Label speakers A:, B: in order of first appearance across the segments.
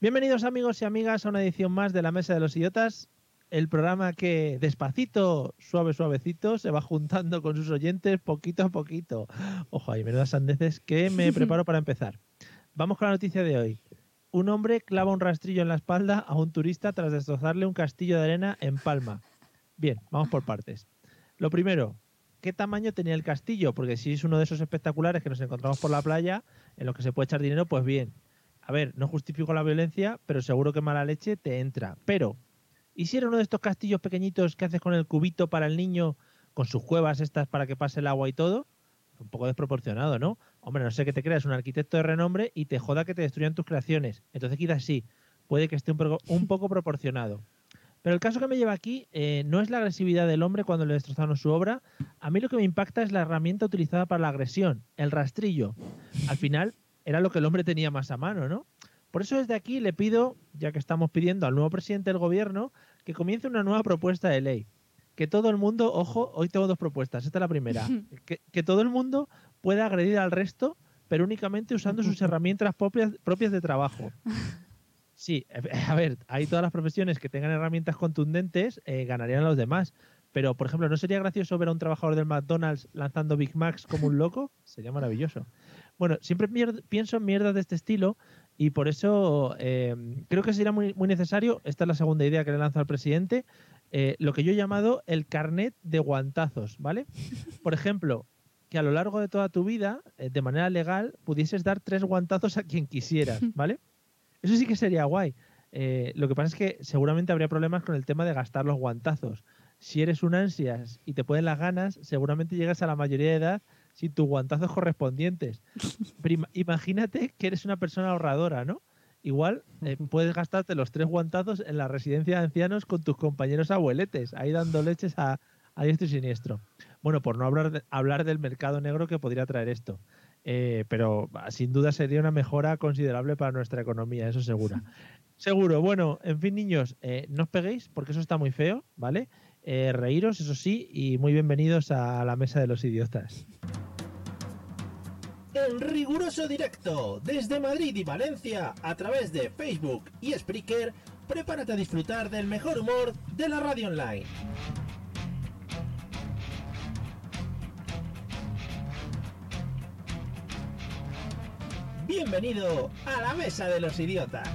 A: Bienvenidos amigos y amigas a una edición más de la Mesa de los Idiotas, el programa que despacito, suave, suavecito, se va juntando con sus oyentes poquito a poquito. Ojo, hay menudas sandeces que me preparo para empezar. Vamos con la noticia de hoy. Un hombre clava un rastrillo en la espalda a un turista tras destrozarle un castillo de arena en Palma. Bien, vamos por partes. Lo primero, ¿qué tamaño tenía el castillo? Porque si es uno de esos espectaculares que nos encontramos por la playa, en los que se puede echar dinero, pues bien. A ver, no justifico la violencia, pero seguro que mala leche te entra. Pero, ¿y si era uno de estos castillos pequeñitos que haces con el cubito para el niño, con sus cuevas estas para que pase el agua y todo? Un poco desproporcionado, ¿no? Hombre, no sé qué te creas, un arquitecto de renombre y te joda que te destruyan tus creaciones. Entonces quizás sí, puede que esté un poco- un poco proporcionado. Pero el caso que me lleva aquí eh, no es la agresividad del hombre cuando le destrozaron su obra. A mí lo que me impacta es la herramienta utilizada para la agresión, el rastrillo. Al final era lo que el hombre tenía más a mano, ¿no? Por eso desde aquí le pido, ya que estamos pidiendo al nuevo presidente del gobierno, que comience una nueva propuesta de ley. Que todo el mundo, ojo, hoy tengo dos propuestas, esta es la primera, que, que todo el mundo pueda agredir al resto, pero únicamente usando sus herramientas propias- propias de trabajo. Sí, eh, a ver, hay todas las profesiones que tengan herramientas contundentes, eh, ganarían a los demás. Pero, por ejemplo, ¿no sería gracioso ver a un trabajador del McDonald's lanzando Big Macs como un loco? Sería maravilloso. Bueno, siempre mier- pienso en mierdas de este estilo y por eso eh, creo que será muy, muy necesario, esta es la segunda idea que le lanzo al presidente, eh, lo que yo he llamado el carnet de guantazos, ¿vale? Por ejemplo, que a lo largo de toda tu vida, eh, de manera legal, pudieses dar tres guantazos a quien quisieras, ¿vale? Eso sí que sería guay. Eh, lo que pasa es que seguramente habría problemas con el tema de gastar los guantazos. Si eres un ansias y te pueden las ganas, seguramente llegas a la mayoría de edad sin tus guantazos correspondientes. Pero ima- imagínate que eres una persona ahorradora, ¿no? Igual eh, puedes gastarte los tres guantazos en la residencia de ancianos con tus compañeros abueletes, ahí dando leches a, a diestro y siniestro. Bueno, por no hablar, de- hablar del mercado negro que podría traer esto. Eh, pero ah, sin duda sería una mejora considerable para nuestra economía, eso segura. Seguro. Bueno, en fin, niños, eh, no os peguéis porque eso está muy feo, ¿vale? Eh, reíros, eso sí, y muy bienvenidos a la mesa de los idiotas.
B: En riguroso directo desde Madrid y Valencia a través de Facebook y Spreaker, prepárate a disfrutar del mejor humor de la radio online. Bienvenido a la Mesa de los Idiotas.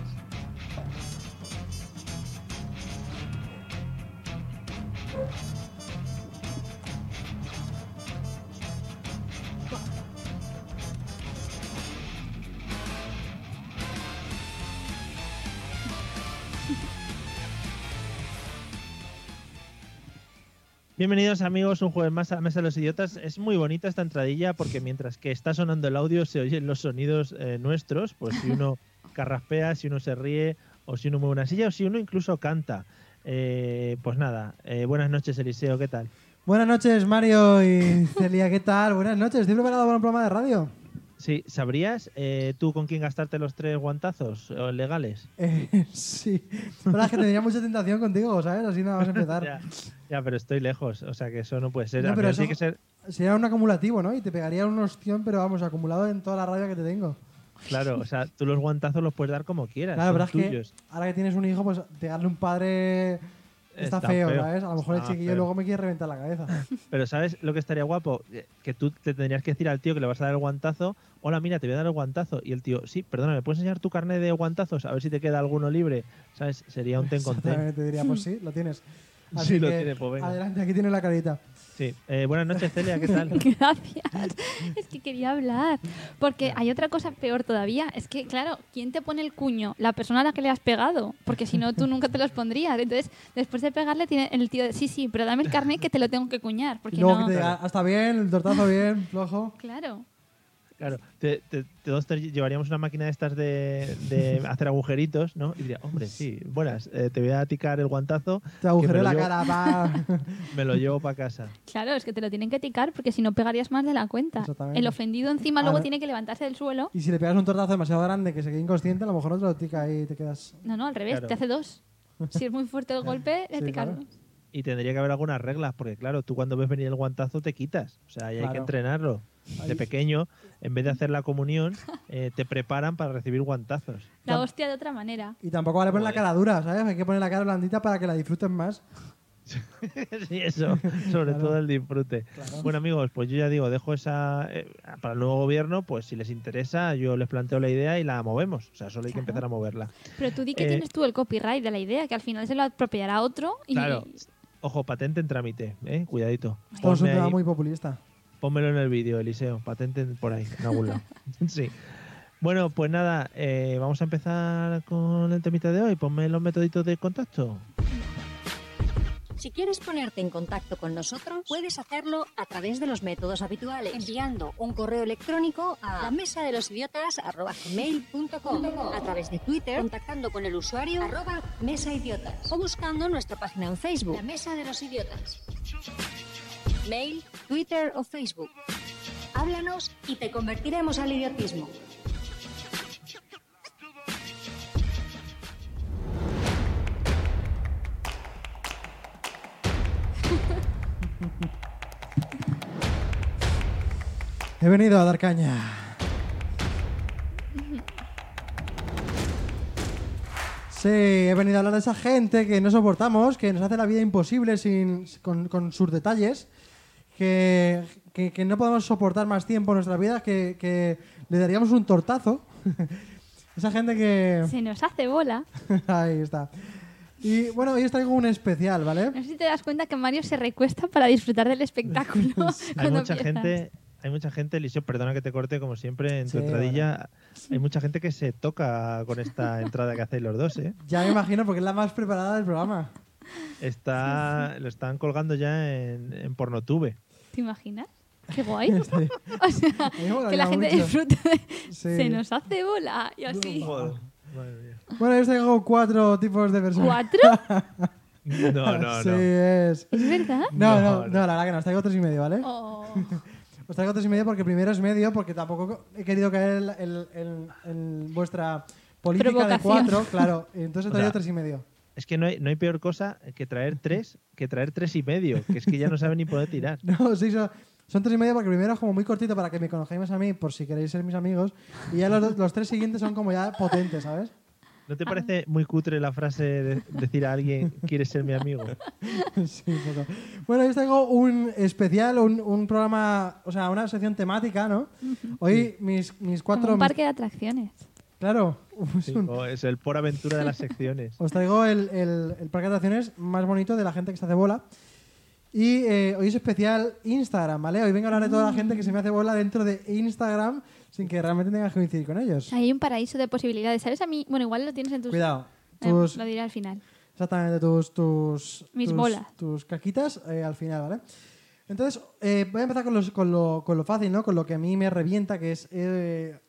A: Bienvenidos amigos, un jueves más a la mesa de los idiotas. Es muy bonita esta entradilla porque mientras que está sonando el audio se oyen los sonidos eh, nuestros, pues si uno carraspea, si uno se ríe, o si uno mueve una silla, o si uno incluso canta. Eh, pues nada, eh, buenas noches Eliseo, ¿qué tal?
C: Buenas noches, Mario y Celia, ¿qué tal? Buenas noches, estoy preparado para un programa de radio.
A: Sí, ¿sabrías eh, tú con quién gastarte los tres guantazos eh, legales?
C: Eh, sí, la verdad es que tendría mucha tentación contigo, ¿sabes? Así nada más
A: Ya,
C: empezar.
A: ya, pero estoy lejos, o sea que eso no puede ser.
C: No,
A: Al
C: pero
A: final tiene
C: eso-
A: que ser,
C: Sería un acumulativo, ¿no? Y te pegaría un ostión, pero vamos, acumulado en toda la radio que te tengo.
A: claro, o sea, tú los guantazos los puedes dar como quieras,
C: Claro, la verdad
A: son
C: es
A: tuyos.
C: que ahora que tienes un hijo, pues pegarle un padre está,
A: Está
C: feo,
A: feo.
C: ¿sabes? A lo mejor el
A: Está
C: chiquillo
A: feo.
C: luego me quiere reventar la cabeza.
A: Pero ¿sabes lo que estaría guapo? Eh, Que tú te tendrías que decir al tío que le vas a dar el guantazo, hola, mira, te voy a dar el guantazo. Y el tío, sí, perdona, ¿me puedes enseñar tu carnet de guantazos? A ver si te queda alguno libre. ¿Sabes? Sería un ten con ten.
C: Te diría, pues sí, lo tienes.
A: Sí,
C: Así
A: lo
C: que,
A: tiene, pues venga.
C: Adelante, aquí tiene la carita.
A: Sí. Eh, buenas noches, Celia, ¿qué tal?
D: Gracias. Es que quería hablar. Porque hay otra cosa peor todavía. Es que, claro, ¿quién te pone el cuño? La persona a la que le has pegado. Porque si no, tú nunca te los pondrías. Entonces, después de pegarle, tiene el tío de, sí, sí, pero dame el carnet que te lo tengo que cuñar. Porque
C: Luego
D: no.
C: que te diga, hasta bien, el tortazo bien, flojo.
D: Claro.
A: Claro, te- te- todos te llevaríamos una máquina de estas de, de hacer agujeritos, ¿no? Y diría, hombre, sí, buenas, eh, te voy a ticar el guantazo,
C: Te agujeré
A: me
C: la
A: lo llevo-
C: cara, va.
A: me lo llevo para casa.
D: Claro, es que te lo tienen que ticar porque si no pegarías más de la cuenta.
C: Exactamente.
D: El ofendido encima
C: Ahora-
D: luego tiene que levantarse del suelo.
C: Y si le pegas un tortazo demasiado grande que se quede inconsciente, a lo mejor otro tica ahí y te quedas.
D: No, no, al revés,
A: Claro.
D: te hace dos. Si es muy fuerte el golpe, le
C: Sí,
D: picas
C: claro.
D: dos.
A: Y tendría que haber algunas reglas, porque claro, tú cuando ves venir el guantazo te quitas. O sea, ahí hay que
C: Claro.
A: entrenarlo. De pequeño, en vez de hacer la comunión, eh, te preparan para recibir guantazos.
D: La hostia de otra manera.
C: Y tampoco vale poner la cara dura, ¿sabes? Hay que poner la cara blandita para que la disfruten más.
A: sí, eso, sobre
C: Claro.
A: todo el disfrute. Bueno, amigos, pues yo ya digo, dejo esa eh, para el nuevo gobierno, pues si les interesa, yo les planteo la idea y la movemos. O sea, solo hay que
D: Claro.
A: empezar a moverla.
D: Pero tú di que
A: Eh,
D: tienes tú el copyright de la idea, que al final se lo apropiará otro y
A: Claro. Ojo, patente en trámite, ¿eh? cuidadito.
C: Esto es un
A: Ponme
C: tema
A: ahí-
C: muy populista.
A: Pónmelo en el vídeo, Eliseo. Patenten por ahí, en algún lado. sí. Bueno, pues nada, eh, vamos a empezar con el temita de hoy. Ponme los metoditos de contacto.
E: Si quieres ponerte en contacto con nosotros, puedes hacerlo a través de los métodos habituales, enviando un correo electrónico a la mesa de los idiotas a través de Twitter, contactando con el usuario arroba mesa idiotas o buscando nuestra página en Facebook, la mesa de los idiotas. Mail, Twitter o Facebook. Háblanos y te convertiremos al idiotismo.
C: He venido a dar caña. Sí, he venido a hablar de esa gente que no soportamos, que nos hace la vida imposible sin, con, con sus detalles, que, que- que no podemos soportar más tiempo en nuestra vida, que, que le daríamos un tortazo. esa gente que...
D: se nos hace bola.
C: Ahí está. Y bueno, hoy os traigo un especial, ¿vale?
D: No sé si te das cuenta que Mario se recuesta para disfrutar del espectáculo.
A: Hay
D: cuando
A: mucha
D: empiezas.
A: gente, hay mucha gente, Eliseo, perdona que te corte como siempre en tu
C: Sí,
A: entradilla. Hay mucha gente que se toca con esta entrada que hacéis los dos, ¿eh?
C: Ya me imagino porque es la más preparada del programa.
A: Está, lo están colgando ya en, en Pornotube.
D: ¿Te imaginas? Qué guay. o sea,
C: mí me
D: que
C: molaría
D: la gente
C: mucho.
D: disfrute. de-
C: Sí.
D: Se nos hace bola. Y así.
A: Joder, madre mía.
C: Bueno, yo os traigo cuatro tipos de personas.
D: ¿Cuatro?
A: No, no,
C: Sí,
A: no.
C: es.
D: ¿Es verdad?
C: No, no,
A: No,
C: no, la verdad que no. Os traigo tres y medio, ¿vale?
D: Oh,
C: Os traigo tres y medio porque primero es medio, porque tampoco he querido caer en, la- en- en- en vuestra política de
D: Provocación.
C: cuatro, claro. Entonces os
A: O
C: traigo
A: sea,
C: tres y medio.
A: Es que no hay, no hay peor cosa que traer tres, que traer tres y medio, que es que ya no saben ni poder tirar.
C: No, sí, son, son tres y medio porque primero es como muy cortito para que me conozcáis más a mí, por si queréis ser mis amigos. Y ya los, dos- los tres siguientes son como ya potentes, ¿sabes?
A: ¿No te parece muy cutre la frase de decir a alguien, quieres ser mi amigo?
C: Sí, un poco. Bueno, yo os traigo un especial, un, un programa, o sea, una sección temática, ¿no? Hoy mis, mis
D: como
C: cuatro...
D: un parque de atracciones.
C: Claro, es
A: Sí,
C: un-
A: o es el por aventura de las secciones.
C: Os traigo el, el, el parque de atracciones más bonito de la gente que se hace bola. Y eh, hoy es especial Instagram, ¿vale? Hoy vengo a hablar de toda la gente que se me hace bola dentro de Instagram sin que realmente tengas que coincidir con ellos.
D: Hay un paraíso de posibilidades. ¿Sabes a mí? Bueno, igual lo tienes en tus...
C: Cuidado.
D: Eh,
C: Tus,
D: Lo diré al final.
C: exactamente, tus... tus
D: Mis
C: tus-
D: bolas.
C: Tus caquitas eh, al final, ¿vale? Entonces, eh, voy a empezar con, los- con lo, con lo fácil, ¿no? Con lo que a mí me revienta, que es eh,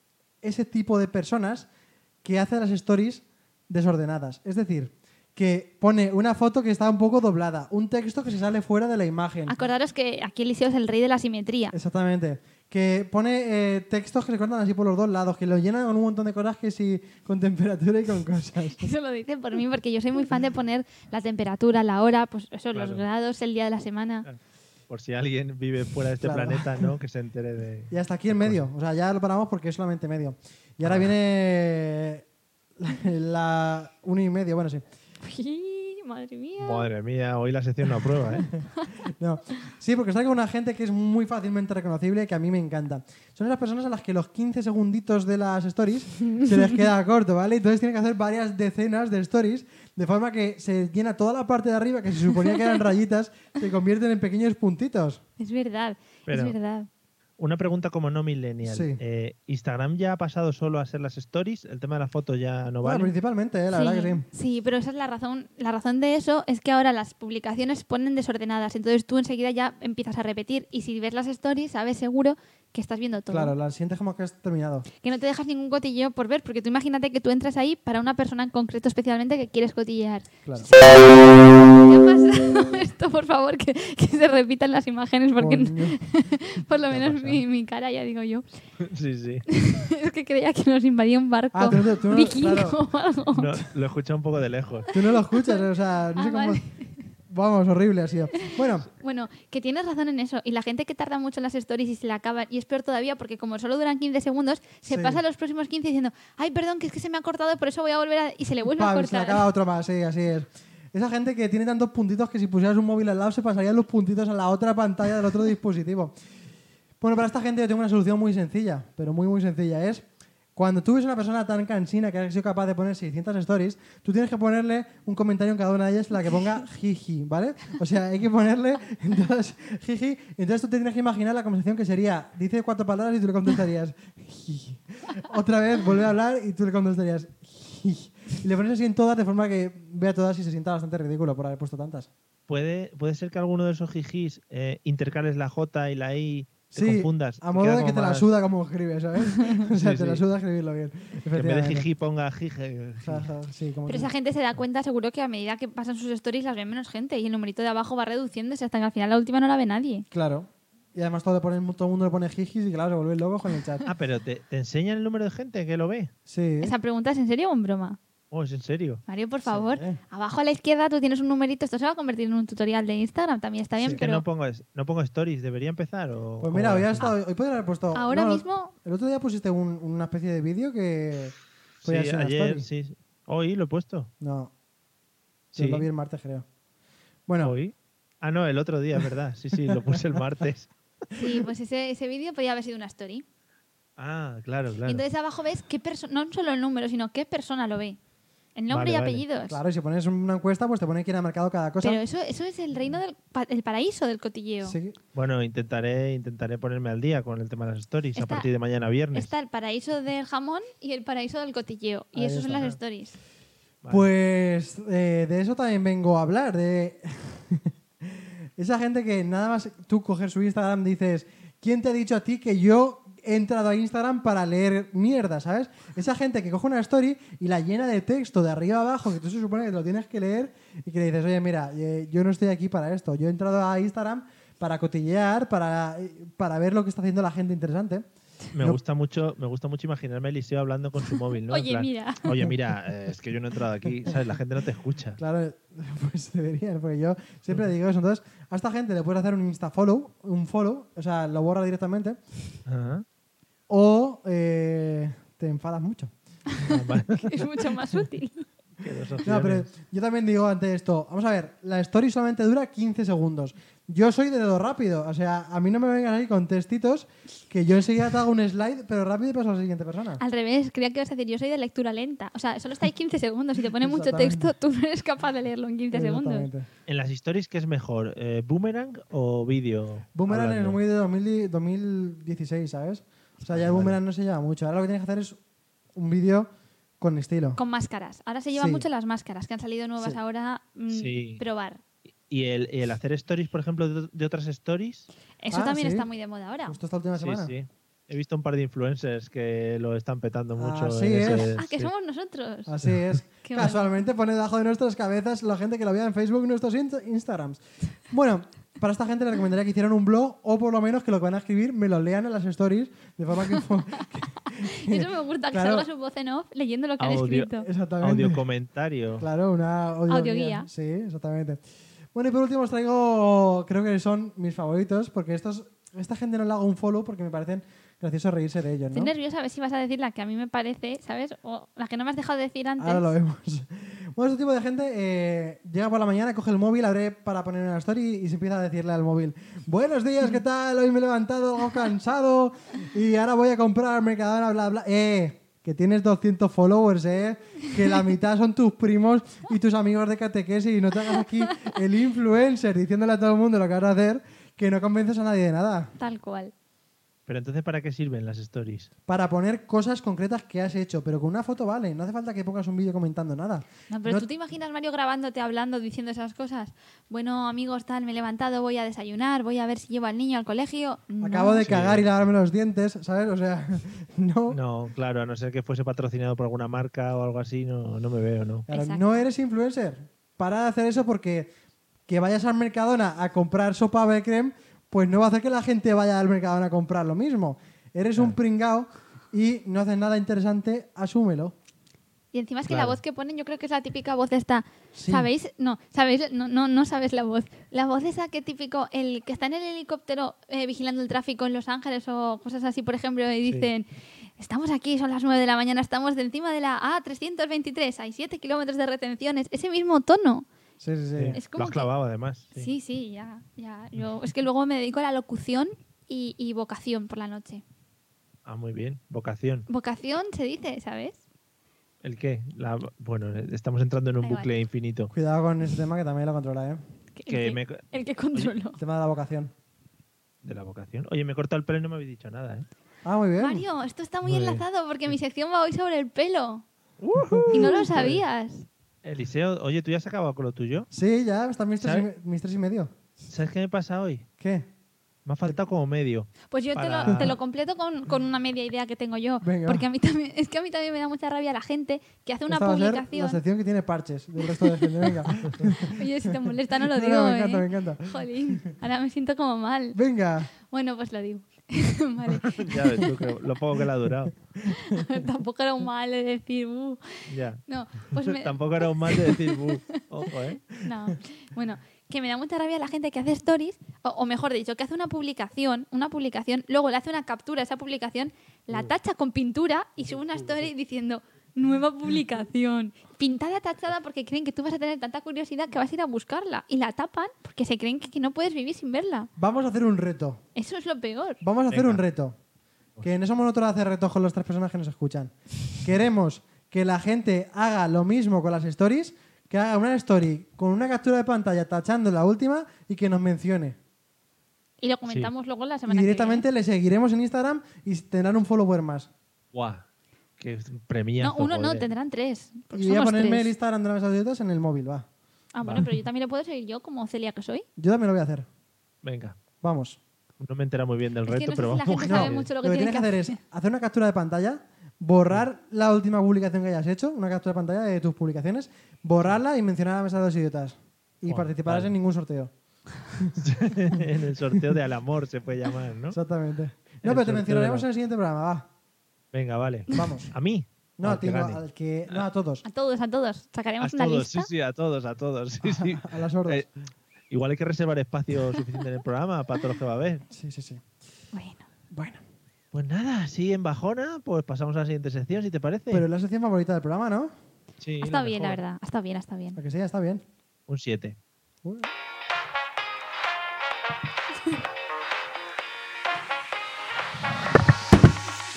C: ese tipo de personas que hace las stories desordenadas. Es decir, que pone una foto que está un poco doblada, un texto que se sale fuera de la imagen.
D: Acordaros que aquí Eliseo es el rey de la simetría.
C: Exactamente. Que pone eh, textos que se cortan así por los dos lados, que lo llenan con un montón de corajes y con temperatura y con cosas.
D: Eso lo dice por mí porque yo soy muy fan de poner la temperatura, la hora, pues eso,
A: Claro.
D: los grados, el día de la semana.
A: Por si alguien vive fuera de este
C: Claro.
A: planeta, ¿no? Que se entere de...
C: Y hasta aquí en medio. O sea, ya lo paramos porque es solamente medio. Y
A: Ah.
C: ahora viene la, la uno y medio, bueno, sí.
D: Uy, madre mía.
A: Madre mía, hoy la sección no aprueba, ¿eh?
C: No. Sí, porque está con una gente que es muy fácilmente reconocible y que a mí me encanta. Son esas personas a las que los 15 segunditos de las stories se les queda corto, ¿vale? Entonces tienen que hacer varias decenas de stories de forma que se llena toda la parte de arriba que se suponía que eran rayitas, se convierten en pequeños puntitos.
D: Es verdad,
A: Pero-
D: es verdad.
A: Una pregunta como no millennial.
C: Sí.
A: Eh, ¿Instagram ya ha pasado solo a ser las stories? ¿El tema de la foto ya no
C: Bueno,
A: vale?
C: principalmente, ¿eh? la verdad que sí.
D: sí, pero esa es la razón. La razón de eso es que ahora las publicaciones se ponen desordenadas, entonces tú enseguida ya empiezas a repetir y si ves las stories sabes seguro que estás viendo todo.
C: Claro, la sientes como que has terminado.
D: Que no te dejas ningún cotilleo por ver, porque tú imagínate que tú entras ahí para una persona en concreto especialmente que quieres cotillear.
C: Claro.
D: ¿Qué pasa? Esto, por favor, que, que se repitan las imágenes, porque
C: Coño.
D: por lo menos
A: pasado?
D: mi, mi cara, ya digo yo,
A: Sí, sí.
D: es que creía que nos invadía un barco
C: Ah, tú no- tú no-
D: vikingo
C: claro.
D: o algo.
A: No, lo he escuchado un poco de lejos.
C: Tú no lo escuchas, o sea, no
D: Ah,
C: sé cómo.
D: vale.
C: Vamos, horrible ha sido. Bueno,
D: Bueno, que tienes razón en eso. Y la gente que tarda mucho en las stories y se la acaban, y es peor todavía porque como solo duran 15 segundos, se
C: Sí.
D: pasa los próximos 15 diciendo, ay, perdón, que es que se me ha cortado, por eso voy a volver a... Y se le vuelve a
C: pam, se le
D: cortar.
C: acaba otro más, sí, así es. Esa gente que tiene tantos puntitos que si pusieras un móvil al lado se pasarían los puntitos a la otra pantalla del otro dispositivo. Bueno, para esta gente yo tengo una solución muy sencilla, pero muy, muy sencilla. Es cuando tú ves a una persona tan cansina que ha sido capaz de poner 600 stories, tú tienes que ponerle un comentario en cada una de ellas en la que ponga jiji, ¿vale? O sea, hay que ponerle entonces jiji. Entonces tú te tienes que imaginar la conversación que sería: dice cuatro palabras y tú le contestarías jiji. Otra vez vuelve a hablar y tú le contestarías jiji. Y le pones así en todas de forma que vea todas y se sienta bastante ridículo por haber puesto tantas.
A: Puede, puede ser que alguno de esos jijis eh, intercales la J y la I, te
C: sí,
A: confundas.
C: a
A: te
C: modo
A: queda
C: de que
A: como
C: te la
A: más-
C: suda como escribes, ¿sabes? O sea,
A: Sí,
C: te la
A: sí.
C: suda escribirlo bien.
A: Que en vez de
C: efectivamente.
A: jiji ponga jije.
C: Ja, ja, sí, como
D: Pero
C: que-
D: esa gente se da cuenta seguro que a medida que pasan sus stories las ve menos gente y el numerito de abajo va reduciéndose hasta que al final la última no la ve nadie.
C: Claro. Y además todo, le ponen- todo el mundo le pone jijis y claro, se vuelven locos con el chat.
A: Ah, pero te, te enseñan el número de gente que lo ve.
C: Sí.
D: ¿Esa pregunta es en serio o en broma?
A: Oh, es en serio.
D: Mario, por favor,
C: eh.
D: abajo a la izquierda tú tienes un numerito, esto se va a convertir en un tutorial de Instagram, también está bien,
A: Es que
D: pero
A: no pongo, es- no pongo stories, debería empezar. O
C: Pues mira,
A: cómo
C: hoy,
A: va?
C: has estado- hoy podría haber puesto...
D: ahora
C: no,
D: mismo
C: El otro día pusiste un- una especie de vídeo que...
A: Ah, Sí,
C: podía ser una
A: ayer,
C: story.
A: sí. sí. Hoy lo he puesto.
C: No, yo
A: Sí,
C: lo vi el martes, creo. Bueno,
A: hoy. Ah, no, el otro día, es ¿verdad? Sí, sí, lo puse el martes.
D: sí, pues ese, ese vídeo podría haber sido una story.
A: Ah, claro, claro.
D: Y entonces abajo ves qué persona, no solo el número, sino qué persona lo ve. El
A: Vale,
D: nombre y
A: vale.
D: apellidos.
C: claro, y si pones una encuesta, pues te pone quién ha marcado cada cosa.
D: Pero eso, eso es el reino del pa- el paraíso del cotilleo.
C: Sí.
A: Bueno, intentaré, intentaré ponerme al día con el tema de las stories a
D: Está-
A: partir de mañana viernes.
D: Está el paraíso del jamón y el paraíso del cotilleo. Y
C: Ahí
D: eso son
C: está.
D: las stories.
A: Vale.
C: Pues eh, de eso también vengo a hablar, de esa gente que nada más tú coger su Instagram dices, ¿quién te ha dicho a ti que yo he entrado a Instagram para leer mierda, ¿sabes? Esa gente que coge una story y la llena de texto de arriba a abajo, que tú se supone que lo tienes que leer y que le dices, oye, mira, eh, yo no estoy aquí para esto, yo he entrado a Instagram para cotillear, para, eh, para ver lo que está haciendo la gente interesante.
A: Me
C: No.
A: gusta mucho, me gusta mucho imaginarme a Eliseo hablando con su móvil, ¿no? En
D: Oye, mira.
A: Oye, mira, eh, es que yo no he entrado aquí, ¿sabes? La gente no te escucha.
C: Claro, pues deberían, porque yo siempre digo eso. Entonces, a esta gente le puedes hacer un insta follow, un follow, o sea, lo borra directamente,
A: Ajá.
C: o eh, te enfadas mucho.
A: Ah, vale.
D: Es mucho más útil.
A: Qué dos
C: No, pero
A: opciones.
C: yo también digo ante esto, vamos a ver, la story solamente dura 15 segundos. Yo soy de dedo rápido, o sea, a mí no me vengan ahí con textitos que yo enseguida te hago un slide, pero rápido y paso a la siguiente persona.
D: Al revés, creía que ibas a decir, yo soy de lectura lenta. O sea, solo estáis 15 segundos. Si te pone mucho
C: Exactamente.
D: texto, tú no eres capaz de leerlo en 15 segundos.
C: Exactamente.
A: En las stories, ¿qué es mejor? eh, ¿Boomerang o vídeo?
C: Boomerang
A: hablando?
C: es muy de 2000 y- 2016, ¿sabes? O sea, ya el Boomerang no se lleva mucho. Ahora lo que tienes que hacer es un vídeo con estilo.
D: Con máscaras. Ahora se llevan
C: Sí.
D: mucho las máscaras, que han salido nuevas
C: Sí.
D: ahora. mm,
A: Sí.
D: Probar.
A: ¿Y el, el hacer stories, por ejemplo, de, de otras stories?
D: Eso
C: Ah,
D: también
C: sí.
D: está muy de moda ahora.
C: Justo esta última
A: Sí,
C: semana.
A: sí. He visto un par de influencers que lo están petando mucho.
C: Así
A: en
C: es.
A: ese-
D: Ah, que
A: sí.
D: somos nosotros.
C: Así es.
D: Qué
C: Casualmente pone debajo de nuestras cabezas la gente que lo vea en Facebook y nuestros in- Instagrams. Bueno, para esta gente le recomendaría que hicieran un blog o por lo menos que lo que van a escribir me lo lean en las stories de forma que...
D: Eso me gusta, que
C: Claro.
D: salga su voz en off leyendo lo que han
A: Audio.
D: escrito.
C: Exactamente.
A: Audio comentario.
C: Claro, una audioguía.
D: Audioguía.
C: Sí, exactamente. Bueno, y por último os traigo, creo que son mis favoritos, porque estos, esta gente no le hago un follow porque me parecen graciosos reírse de ellos, ¿no?
D: Estoy nerviosa a ver si vas a decir la que a mí me parece, ¿sabes? O la que no me has dejado de decir antes.
C: Ahora lo vemos. Bueno, este tipo de gente eh, llega por la mañana, coge el móvil, abre para poner una story y se empieza a decirle al móvil, buenos días, ¿qué tal? Hoy me he levantado algo cansado y ahora voy a comprar Mercadona, bla, bla. Eh, que tienes 200 followers, eh, que la mitad son tus primos y tus amigos de catequesis y no te hagas aquí el influencer diciéndole a todo el mundo lo que vas a hacer, que no convences a nadie de nada.
D: Tal cual.
A: Pero entonces, ¿para qué sirven las stories?
C: Para poner cosas concretas que has hecho, pero con una foto vale, no hace falta que pongas un vídeo comentando nada.
D: No, pero
C: No-
D: tú te imaginas Mario grabándote, hablando, diciendo esas cosas. Bueno, amigos, tal, me he levantado, voy a desayunar, voy a ver si llevo al niño al colegio. No.
C: Acabo de cagar y lavarme los dientes, ¿sabes? O sea, no.
A: No, claro, a no ser que fuese patrocinado por alguna marca o algo así, no, no me veo, ¿no?
C: Claro,
D: Exacto.
C: no eres influencer. Para de hacer eso porque que vayas al Mercadona a comprar sopa de creme, pues no va a hacer que la gente vaya al Mercadona a comprar lo mismo. Eres un pringao y no haces nada interesante, asúmelo.
D: Y encima es que
A: Claro.
D: la voz que ponen, yo creo que es la típica voz esta.
C: Sí.
D: ¿Sabéis? No, sabéis, no, no, no sabes la voz. La voz esa que típico, el que está en el helicóptero eh, vigilando el tráfico en Los Ángeles o cosas así, por ejemplo, y dicen, estamos aquí, son las 9 de la mañana, estamos de encima de la A323, hay 7 kilómetros de retenciones. Ese mismo tono.
C: Sí, sí, sí.
A: Sí.
D: Es
A: Lo
D: como
A: has
D: que-
A: clavado, además. sí.
D: Sí, sí, ya, ya. Yo, es que luego me dedico a la locución y, y vocación por la noche.
A: Ah, muy bien. Vocación.
D: Vocación se dice, ¿sabes?
A: ¿El qué? La- Bueno, estamos entrando en un
D: Da igual.
A: bucle infinito.
C: Cuidado con ese tema que también lo controla, ¿eh?
D: Que-
A: Que
D: el, que,
A: me-
D: el que controlo.
C: El tema de la vocación.
A: De la vocación. Oye, me he cortado el pelo y no me habéis dicho nada, ¿eh?
C: Ah, muy bien.
D: Mario, esto está muy
A: Muy bien.
D: enlazado porque mi sección va hoy sobre el pelo. Y no lo sabías.
A: Eliseo, oye, ¿tú ya has acabado con lo tuyo?
C: Sí, ya están mis tres, y,
A: ¿Sabes?
C: me- mis tres y medio.
A: ¿Sabes qué me pasa hoy?
C: ¿Qué?
A: Me ha faltado como medio.
D: Pues yo te,
A: Para-
D: lo, te lo completo con, con una media idea que tengo yo.
C: Venga.
D: Porque a mí también, es que a mí también me da mucha rabia la gente que hace una
C: Esta va a ser la
D: publicación.
C: sección que tiene parches del resto de gente. Venga.
D: Oye, si te molesta, no lo
C: No, no,
D: digo.
C: me encanta,
D: ¿eh?
C: me encanta.
D: Jolín, ahora me siento como mal.
C: Venga.
D: Bueno, pues lo digo. vale.
A: ya ves tú, que lo poco que le ha durado.
D: Tampoco era un mal de decir, "Uh".
A: Ya.
D: no, pues me,
A: Tampoco era un mal de decir, "Bu". ojo, ¿eh?
D: no. Bueno, que me da mucha rabia la gente que hace stories, o, o mejor dicho, que hace una publicación, una publicación, luego le hace una captura a esa publicación, la tacha con pintura y sube una story diciendo nueva publicación, pintada tachada porque creen que tú vas a tener tanta curiosidad que vas a ir a buscarla y la tapan porque se creen que, que no puedes vivir sin verla.
C: Vamos a hacer un reto.
D: Eso es lo peor.
C: Vamos a hacer
A: Venga.
C: un reto. Que en eso nosotros hacer retos con las tres personas que nos escuchan. Queremos que la gente haga lo mismo con las stories, que haga una story con una captura de pantalla tachando la última y que nos mencione.
D: Y lo comentamos luego la
C: Y
D: semana
C: directamente
D: que
C: le seguiremos en Instagram y tendrán un follower más.
A: Guau. Qué
D: viene.
A: premia.
D: No, uno no, tendrán tres. porque
C: Y voy a
D: Pues somos
C: ponerme
D: tres.
C: el Instagram de las audiotas en el móvil, va.
D: Ah, bueno, pero yo también lo puedo seguir yo como Celia que soy.
C: Yo también lo voy a hacer.
A: Venga.
C: Vamos.
A: No me entera muy bien del
D: Es que
A: reto,
D: no sé
A: pero
D: si la
A: vamos.
D: gente Pues sabe mucho lo que
C: tienes que
D: tiene que
C: hacer es
D: hacer.
C: hacer una captura de pantalla, borrar la última publicación que hayas hecho, una captura de pantalla de tus publicaciones, borrarla y mencionar a la mesa de los idiotas. Y
A: Bueno,
C: participarás
A: vale.
C: en ningún sorteo.
A: en el sorteo de Al Amor se puede llamar, ¿no?
C: Exactamente.
A: El
C: No, pero te
A: sorteo
C: mencionaremos
A: de
C: en el siguiente programa, va.
A: Venga, vale.
C: Vamos.
A: ¿A mí?
C: No,
A: Al
C: a
A: que
C: ti, no,
A: gane.
C: al que, no, a todos.
D: A todos, a todos. Sacaremos
A: a
D: una
A: todos,
D: lista.
A: sí, sí, a todos, a todos. Sí, sí.
C: A las hordas.
A: Eh, igual hay que reservar espacio suficiente en el programa para todos los que va a ver.
C: Sí, sí, sí.
D: Bueno.
C: Bueno.
A: Pues nada, sí, en bajona, pues pasamos a la siguiente sección, si te parece.
C: Pero es la sección favorita del programa, ¿no?
A: Sí,
D: Ha
A: la
D: estado bien, la
A: mejor.
D: verdad. Ha estado bien, ha estado bien.
C: La que sea, está bien.
A: Un 7.
C: Uy.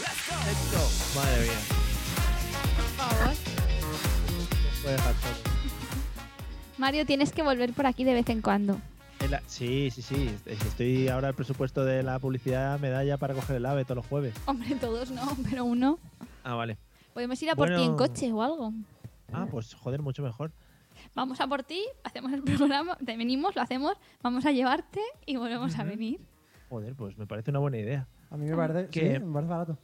A: Madre mía. Puede dejar todo.
D: Mario, tienes que volver por aquí de vez en cuando.
A: En la- Sí, sí, sí. es- Estoy ahora el presupuesto de la publicidad medalla para coger el ave todos los jueves.
D: Hombre, todos no, pero uno.
A: Ah, vale.
D: Podemos ir a por ti en
A: Bueno.
D: coche o algo.
A: Ah, pues joder, mucho mejor.
D: Vamos a por ti, hacemos el programa, te venimos, lo hacemos, vamos a llevarte y volvemos a venir.
A: Joder, pues me parece una buena idea.
C: A
D: Ah,
C: mí me parece, sí,
A: Que-
C: me parece barato.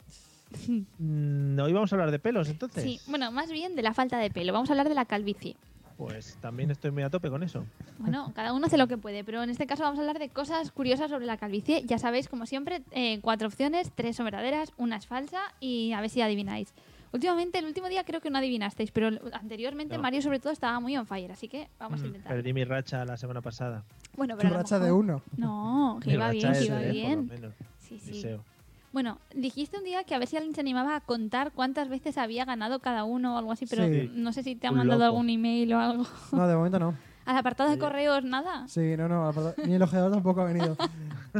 A: Mm, Hoy vamos a hablar de pelos, entonces.
D: Sí, bueno, más bien de la falta de pelo. Vamos a hablar de la calvicie.
A: Pues también estoy muy a tope con eso.
D: Bueno, cada uno hace lo que puede, pero en este caso vamos a hablar de cosas curiosas sobre la calvicie. Ya sabéis, como siempre, eh, cuatro opciones, tres son verdaderas, una es falsa y a ver si adivináis. Últimamente, el último día creo que no adivinasteis, pero el- anteriormente
A: No.
D: Mario sobre todo estaba muy on fire, así que vamos a
A: Mm,
D: intentar.
A: Perdí mi racha la semana pasada.
D: Bueno,
C: Tu
D: pero a lo
C: racha de
D: mejor-
C: uno.
D: No, que
A: Mi
D: iba
A: racha
D: bien, que
A: es
D: iba
A: de diez, por lo
D: bien.
A: menos,
D: Sí, sí.
A: Eliseo.
D: Bueno, dijiste un día que a ver si alguien se animaba a contar cuántas veces había ganado cada uno o algo así, pero
C: Sí.
D: no sé si te han
A: Un
D: mandado
A: loco.
D: algún email o algo.
C: No, de momento no.
D: Al apartado de correos, nada.
C: Sí, no, no. la- Ni el ojeador tampoco ha venido.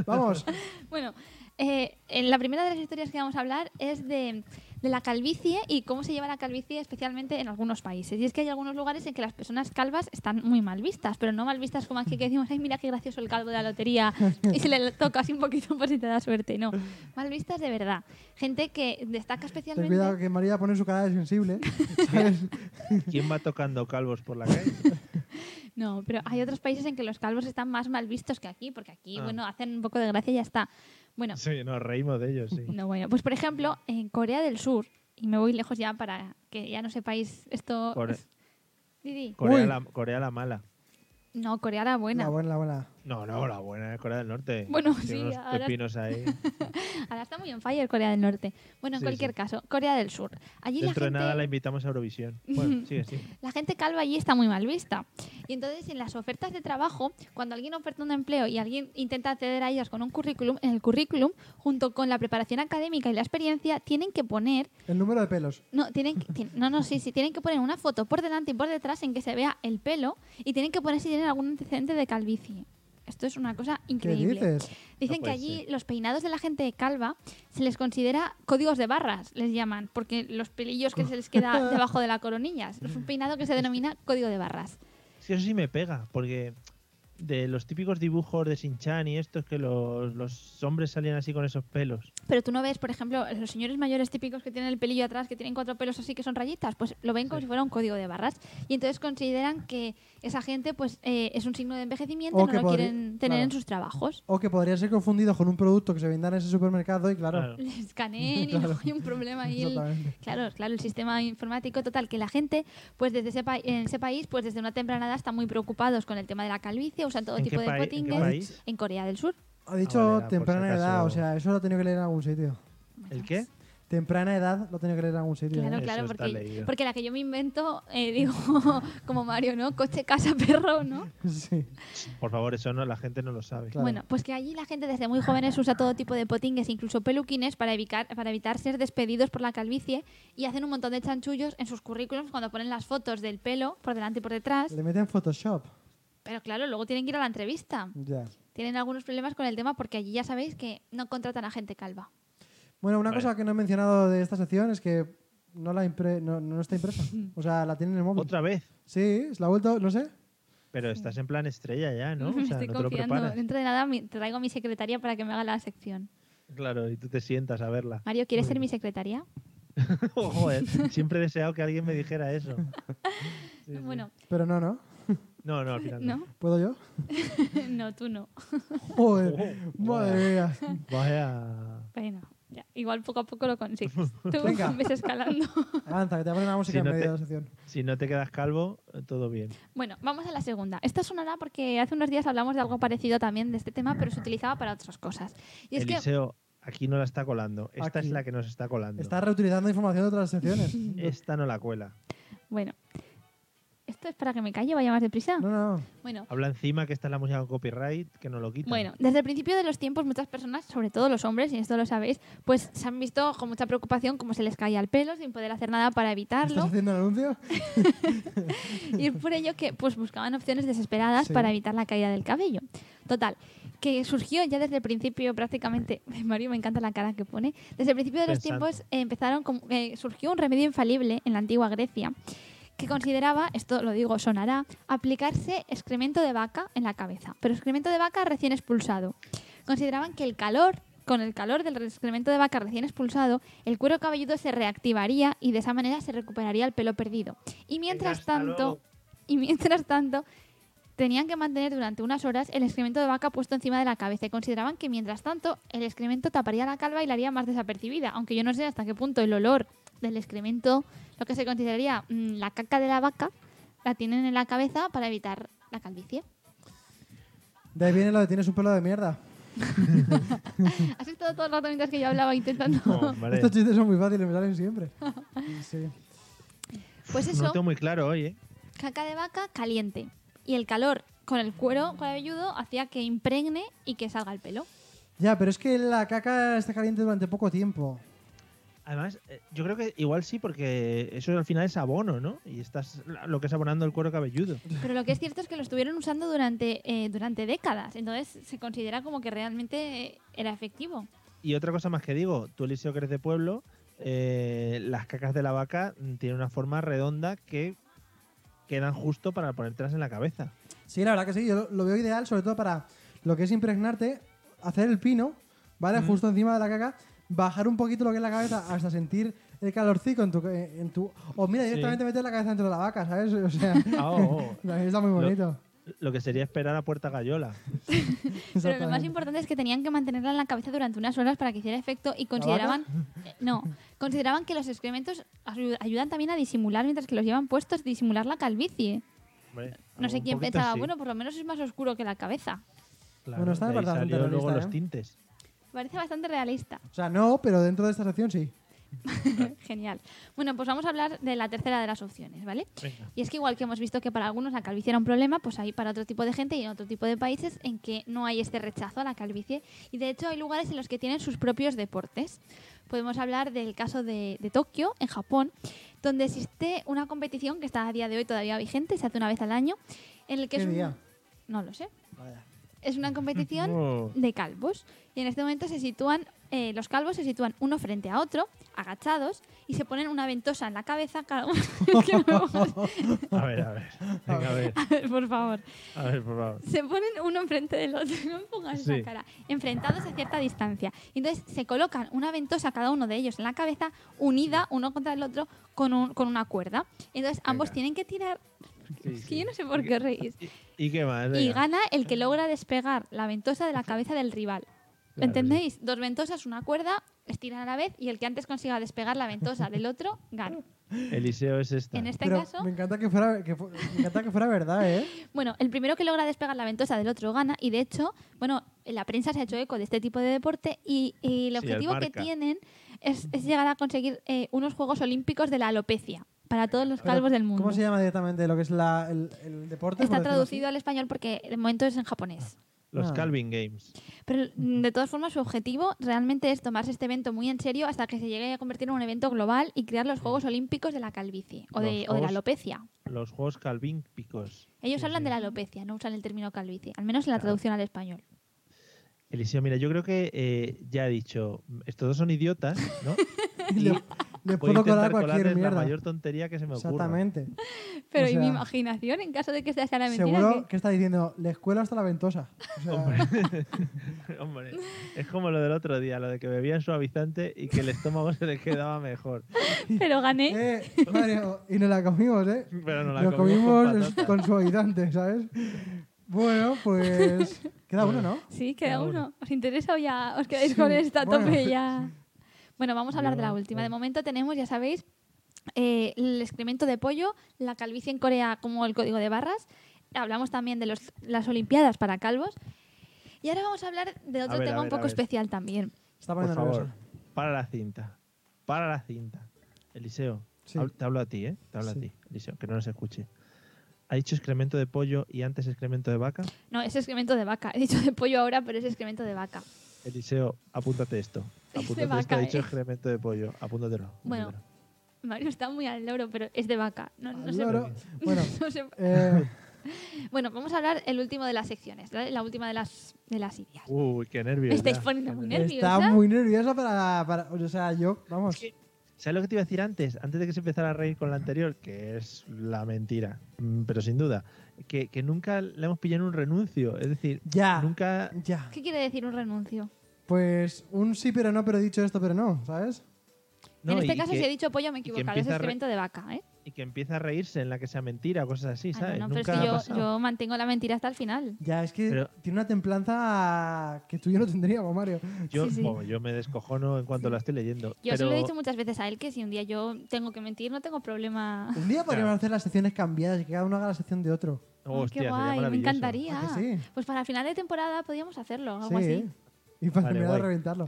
C: Vamos.
D: Bueno, eh, en la primera de las historias que vamos a hablar es de, de la calvicie y cómo se lleva la calvicie especialmente en algunos países. Y es que hay algunos lugares en que las personas calvas están muy mal vistas, pero no mal vistas como aquí que decimos, ay, mira qué gracioso el calvo de la lotería y se le toca así un poquito por si te da suerte. No, mal vistas de verdad. Gente que destaca
C: Ten
D: especialmente...
C: cuidado que María pone su cara de sensible. ¿sabes?
A: ¿Quién va tocando calvos por la calle?
D: No, pero hay otros países en que los calvos están más mal vistos que aquí, porque aquí,
A: Ah.
D: bueno, hacen un poco de gracia y ya está. Bueno,
A: Sí, nos reímos de ellos, sí.
D: no, bueno, pues por ejemplo, en Corea del Sur, y me voy lejos ya para que ya no sepáis esto.
A: Core-
D: es- Didi.
A: Corea,
C: Uy.
A: la, Corea la mala.
D: No, Corea la buena.
C: La buena, la buena.
A: No, no, la buena es Corea del Norte.
D: Bueno,
A: Tiene
D: sí,
A: unos
D: ahora-
A: pepinos ahí.
D: Ahora está muy en fire Corea del Norte. Bueno, en
A: Sí,
D: cualquier
A: sí.
D: caso, Corea del Sur. Allí
A: Dentro de
D: la gente...
A: nada la invitamos a Eurovisión. Bueno, sigue, sigue.
D: La gente calva allí está muy mal vista. Y entonces en las ofertas de trabajo, cuando alguien oferta un empleo y alguien intenta acceder a ellas con un currículum, en el currículum, junto con la preparación académica y la experiencia, tienen que poner,
C: El número de pelos.
D: no, tienen que, tien- no, no, sí, sí, tienen que poner una foto por delante y por detrás en que se vea el pelo y tienen que poner si tienen algún antecedente de calvicie. Esto es una cosa
C: ¿Qué
D: increíble.
C: dices?
A: No
D: Dicen que
A: puede
D: allí los peinados de la gente calva se les considera códigos de barras, les llaman, porque los pelillos que se les queda debajo de la coronilla. Es un peinado que se denomina código de barras.
A: Es que eso sí me pega, porque de los típicos dibujos de Shin-Chan y estos que los, los hombres salían así con esos pelos.
D: Pero tú no ves, por ejemplo, los señores mayores típicos que tienen el pelillo atrás, que tienen cuatro pelos así que son rayitas, pues lo ven como
A: Sí.
D: si fuera un código de barras. Y entonces consideran que esa gente pues eh, es un signo de envejecimiento
C: O
D: y
C: que
D: no lo
C: podri-
D: quieren tener
C: claro.
D: en sus trabajos.
C: O que podría ser confundido con un producto que se venda en ese supermercado y claro.
A: Claro.
D: Les escaneen y no hay un problema ahí. el-
C: Exactamente.
D: Claro, claro, el sistema informático total, que la gente, pues desde ese pa- en ese país, pues desde una temprana edad están muy preocupados con el tema de la calvicie, usan todo
A: ¿En
D: tipo
A: qué
D: de
A: paí- en qué
D: potingues
A: país?
D: en Corea del Sur.
C: Ha dicho
A: Ah, vale, era por si
C: temprana edad,
A: acaso-
C: o sea, eso lo he tenido que leer en algún sitio.
A: ¿El qué?
C: Temprana edad lo he tenido que leer en algún sitio.
D: Claro,
C: ¿eh?
A: Eso
D: claro,
A: está
D: porque,
A: leído.
D: porque la que yo me invento, eh, digo, como Mario, ¿no? Coche, casa, perro, ¿no?
C: Sí.
A: Por favor, eso no, la gente no lo sabe.
C: Claro.
D: Bueno, pues que allí la gente desde muy jóvenes usa todo tipo de potingues, incluso peluquines, para evitar, para evitar ser despedidos por la calvicie y hacen un montón de chanchullos en sus currículums cuando ponen las fotos del pelo por delante y por detrás.
C: Le meten Photoshop.
D: Pero claro, luego tienen que ir a la entrevista.
C: Ya.
D: tienen algunos problemas con el tema porque allí ya sabéis que no contratan a gente calva.
C: Bueno, una
A: Vale.
C: cosa que no he mencionado de esta sección es que no la impre- no, no está impresa. O sea, la tiene en el móvil.
A: Otra vez.
C: Sí, se la ha vuelto, no sé.
A: Pero estás en plan estrella ya, ¿no?
D: Me
A: O sea,
D: estoy
A: no te lo
D: confiando.
A: preparas.
D: Dentro de nada mi- traigo a mi secretaria para que me haga la sección.
A: Claro, y tú te sientas a verla.
D: Mario, ¿quieres ser mi secretaria?
A: Oh, joder, siempre he deseado que alguien me dijera eso. Sí, sí.
D: Bueno,
C: Pero no, ¿no?
A: No, no, al final no.
D: no,
C: ¿Puedo yo?
D: no, tú no.
C: Joder,
A: Oh,
C: madre mía.
A: Vaya.
D: Bueno, ya, igual poco a poco lo consigues. Tú
C: Venga.
D: ves escalando.
C: Avanza, que te voy a poner una música
A: Si no
C: en medio
A: te-
C: de la sección.
A: Si no te quedas calvo, todo bien.
D: Bueno, vamos a la segunda. Esta sonará porque hace unos días hablamos de algo parecido también de este tema, pero se utilizaba para otras cosas. Y es que
A: Eliseo, aquí no la está colando. Esta
C: Aquí.
A: es la que nos está colando.
C: Está reutilizando información de otras secciones.
A: Esta no la cuela.
D: Bueno, esto es para que me calle, vaya más deprisa.
C: No, no.
D: Bueno,
A: Habla encima que esta es la música con copyright, que no lo quita.
D: Bueno, desde el principio de los tiempos muchas personas, sobre todo los hombres, y esto lo sabéis, pues se han visto con mucha preocupación cómo se les caía el pelo sin poder hacer nada para
C: ¿Estás
D: evitarlo.
C: haciendo el anuncio?
D: Y es por ello que pues, buscaban opciones desesperadas
C: Sí.
D: para evitar la caída del cabello. Total, que surgió ya desde el principio prácticamente, Mario me encanta la cara que pone, desde el principio de los
A: Pensando.
D: tiempos eh, empezaron con- eh, surgió un remedio infalible en la antigua Grecia que consideraba, esto lo digo, sonará, aplicarse excremento de vaca en la cabeza, pero excremento de vaca recién expulsado. Consideraban que el calor, con el calor del excremento de vaca recién expulsado, el cuero cabelludo se reactivaría y de esa manera se recuperaría el pelo perdido. Y mientras
A: hasta
D: tanto,
A: luego.
D: y mientras tanto, tenían que mantener durante unas horas el excremento de vaca puesto encima de la cabeza y consideraban que mientras tanto el excremento taparía la calva y la haría más desapercibida, aunque yo no sé hasta qué punto el olor del excremento, lo que se consideraría mm, la caca de la vaca, la tienen en la cabeza para evitar la calvicie.
C: De ahí viene lo de tienes un pelo de mierda.
D: Has estado todo el rato mientras que yo hablaba intentando...
A: Hombre,
C: Estos chistes son muy fáciles, me salen siempre. Sí.
D: Pues
A: no
D: eso,
A: lo tengo muy claro hoy, ¿eh?
D: caca de vaca caliente. Y el calor con el cuero cabelludo hacía que impregne y que salga el pelo.
C: Ya, pero es que la caca está caliente durante poco tiempo.
A: Además, eh, yo creo que igual sí, porque eso al final es abono, ¿no? Y estás la- lo que es abonando el cuero cabelludo.
D: Pero lo que es cierto es que lo estuvieron usando durante, eh, durante décadas, entonces se considera como que realmente eh, era efectivo.
A: Y otra cosa más que digo, tú, Eliseo, que eres de pueblo, eh, las cacas de la vaca tienen una forma redonda que quedan justo para ponértelas en la cabeza.
C: Sí, la verdad que sí, yo lo- lo veo ideal, sobre todo para lo que es impregnarte, hacer el pino, ¿vale?
A: Mm.
C: Justo encima de la caca, bajar un poquito lo que es la cabeza hasta sentir el calorcico en tu. En tu o mira, directamente meter la cabeza dentro de la vaca, ¿sabes? O sea,
A: Ah, oh, oh.
C: está muy bonito.
A: Lo que sería esperar a puerta gallola.
D: Pero lo más
C: Exactamente.
D: importante es que tenían que mantenerla en la cabeza durante unas horas para que hiciera efecto y consideraban eh, no consideraban que los excrementos ayu- ayudan también a disimular mientras que los llevan puestos disimular la calvicie.
A: Hombre,
D: No sé
A: Oh, un
D: quién
A: poquito
D: pensaba,
A: sí,
D: bueno, por lo menos es más oscuro que la cabeza.
A: claro,
C: Bueno, está
A: de ahí
C: bastante
A: salió luego
C: realista,
A: los
C: ¿eh?
A: tintes.
D: Parece bastante realista.
C: O sea, no, pero dentro de esta sección sí.
D: Genial. Bueno, pues vamos a hablar de la tercera de las opciones, ¿vale?
A: Venga.
D: Y es que igual que hemos visto que para algunos la calvicie era un problema, pues hay para otro tipo de gente y en otro tipo de países en que no hay este rechazo a la calvicie. Y de hecho hay lugares en los que tienen sus propios deportes. Podemos hablar del caso de, de Tokio, en Japón, donde existe una competición que está a día de hoy todavía vigente, se hace una vez al año, en el que
C: ¿Qué
D: es un-
C: día?
D: No lo sé.
C: Vaya.
D: Es una competición
A: Oh.
D: de calvos. Y en este momento se sitúan, eh, los calvos se sitúan uno frente a otro, agachados, y se ponen una ventosa en la cabeza cada uno. Es que no me mojas.
A: A ver, a ver. Venga, a ver.
D: A ver, por favor.
A: A ver, por favor.
D: Se ponen uno enfrente del otro, no me pongas esa
A: Sí.
D: cara. Enfrentados a cierta distancia. Y entonces se colocan una ventosa cada uno de ellos en la cabeza, unida uno contra el otro con, un- con una cuerda. Y entonces ambos
A: Venga.
D: tienen que tirar.
A: Sí,
D: es que
A: sí.
D: yo no sé por qué reís.
A: ¿Y qué más?
D: Y
A: Venga.
D: gana el que logra despegar la ventosa de la cabeza del rival. ¿Lo
A: Claro,
D: entendéis? Dos ventosas, una cuerda, estiran a la vez y el que antes consiga despegar la ventosa del otro, gana.
A: Eliseo es esta.
D: En este
C: Pero
D: caso,
C: me encanta que fuera, que fu- me encanta que fuera verdad, ¿eh?
D: bueno, el primero que logra despegar la ventosa del otro gana y de hecho, bueno, la prensa se ha hecho eco de este tipo de deporte y, y el
A: Sí, el
D: objetivo que
A: marca.
D: tienen es, es llegar a conseguir eh, unos Juegos Olímpicos de la alopecia para todos los calvos del mundo.
C: ¿Cómo se llama directamente lo que es la- el, el deporte?
D: Está
C: por decirlo así?
D: traducido al español porque de momento es en japonés.
A: Los
C: Ah.
A: Calvin Games.
D: Pero mm, de todas formas, su objetivo realmente es tomarse este evento muy en serio hasta que se llegue a convertir en un evento global y crear los Juegos Olímpicos de la calvicie o,
A: Los
D: de, o de la
A: Juegos-
D: alopecia.
A: Los Juegos Calvin Picos.
D: Ellos hablan de la alopecia, no usan el término calvicie, al menos en la traducción al español.
A: Eliseo, mira, yo creo que eh, ya he dicho, estos dos son idiotas, ¿no?
C: Y le- le
A: Voy a
C: puedo colar
A: intentar
C: cualquier
A: colarles
C: mierda.
A: la mayor tontería que se me ocurra.
C: Exactamente.
D: Pero
C: O
D: y mi
C: sea,
D: imaginación, en caso de que sea la mentira,
C: Seguro que...
D: que-
C: está diciendo, le escuela hasta la ventosa. O sea,
A: Hombre, es como lo del otro día, lo de que bebían suavizante y que el estómago se le quedaba mejor.
D: pero gané.
C: eh, Mario, y nos la comimos, ¿eh?
A: Pero no la
C: Lo
A: comimos
C: comimos
A: con
C: es-
A: patata.
C: con suavizante, ¿sabes? Bueno, pues. Queda uno, ¿no?
D: Sí, queda
A: cada uno.
D: uno. ¿Os interesa o ya os quedáis
C: Sí,
D: con esta
C: bueno.
D: tope ya? Bueno, vamos a hablar de la
A: Yo-
D: última. De momento tenemos, ya sabéis, eh, el excremento de pollo, la calvicie en Corea como el código de barras. Hablamos también de los- las Olimpiadas para calvos. Y ahora vamos a hablar de otro
A: ver, a
D: tema un
A: ver, a
D: poco
A: ver.
D: especial también.
C: Está
A: Por
C: poniendo
A: favor,
C: nervioso.
A: para la cinta. Para la cinta. Eliseo,
C: Sí.
A: hab- te hablo a ti, ¿eh? Te hablo
C: Sí.
A: a ti, Eliseo, que no nos escuche. ¿Ha dicho excremento de pollo y antes excremento de vaca?
D: No, es excremento de vaca. He dicho de pollo ahora, pero es excremento de vaca.
A: Eliseo, apúntate esto.
D: Es de
A: Apúntate esto,
D: vaca,
A: ha dicho
D: ¿eh?
A: excremento de pollo. Apúntatelo.
D: Bueno,
A: apúntatelo.
D: Mario está muy al loro, pero es de vaca. No, no
C: Al
D: sé-
C: loro. Bueno,
D: no sé-
C: eh,
D: Bueno, vamos a hablar el último de las secciones, ¿vale? la última de las, de las ideas.
A: Uy, qué nervios.
D: Me estáis
A: ya.
D: poniendo muy nerviosa.
C: está muy nerviosa para, para- O sea, yo, vamos.
A: ¿Sabes lo que te iba a decir antes? Antes de que se empezara a reír con la anterior, que es la mentira, mm, pero sin duda, que, que nunca le hemos pillado en un renuncio. Es decir,
D: Ah.
C: Ya.
A: nunca.
C: Ya.
D: ¿Qué quiere decir un renuncio?
C: Pues un sí, pero no, pero dicho esto, pero no, ¿sabes?
A: no,
D: en este
A: y
D: caso,
A: que,
D: si he dicho pollo, me he
A: que
D: equivocado. Es
A: empieza a re-
D: excremento de vaca, ¿eh?
A: y que empieza a reírse en la que sea mentira o cosas así,
D: Ah,
A: ¿sabes?
D: no, no,
A: nunca
D: pero es que
A: ha
D: yo- yo,
A: pasado.
D: mantengo la mentira hasta el final.
C: Ya, es que
A: Pero-
C: tiene una templanza que tú y yo no tendríamos, Mario.
A: Yo,
D: sí, sí.
A: bueno, yo me descojono en cuanto la estoy leyendo.
D: Yo
A: pero
D: se lo he dicho muchas veces a él que si un día yo tengo que mentir, no tengo problema.
C: Un día podríamos
A: Claro.
C: hacer las secciones cambiadas y que cada uno haga la sección de otro.
D: Ay,
A: Hostia,
D: "Ah, ¡Qué
A: sería
D: guay! Me
A: maravilloso. Ah,
D: encantaría.
C: ¿A que sí?
D: Pues para final de temporada podríamos hacerlo, algo
C: sí.
D: así.
C: Y para
A: Vale,
C: terminar de
A: guay.
C: reventarlo.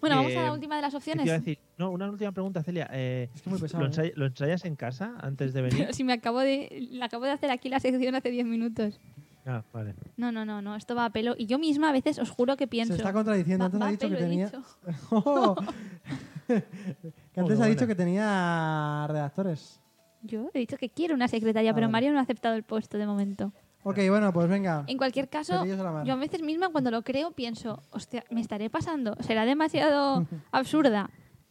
D: Bueno, vamos a
A: Eh,
D: la última de las
A: ¿Qué te iba a
D: opciones.
A: decir? No, una última pregunta, Celia. eh,
C: Es que muy pesado.
A: ¿lo,
C: ¿eh?
A: ensay- lo ensayas en casa antes de venir?
D: Pero si me acabo de, la acabo de hacer aquí la sección hace 10 minutos.
A: Ah, vale.
D: No, no, no, no, esto va a pelo. Y yo misma a veces os juro que
C: Se
D: pienso.
C: está contradiciendo. Antes ha
D: va- va a
C: dicho que
D: pelo, he
C: tenía. ¡Oh!
D: dicho.
C: que antes
A: Muy
C: ha dicho
A: buena.
C: que tenía redactores.
D: Yo he dicho que quiero una secretaria,
C: Ah,
D: pero
C: vale.
D: Mario no ha aceptado el puesto de momento.
C: Ok, bueno, pues venga.
D: En cualquier caso,
C: Pelillos a la mano.
D: yo a veces misma cuando lo creo pienso, hostia, me estaré pasando, será demasiado absurda.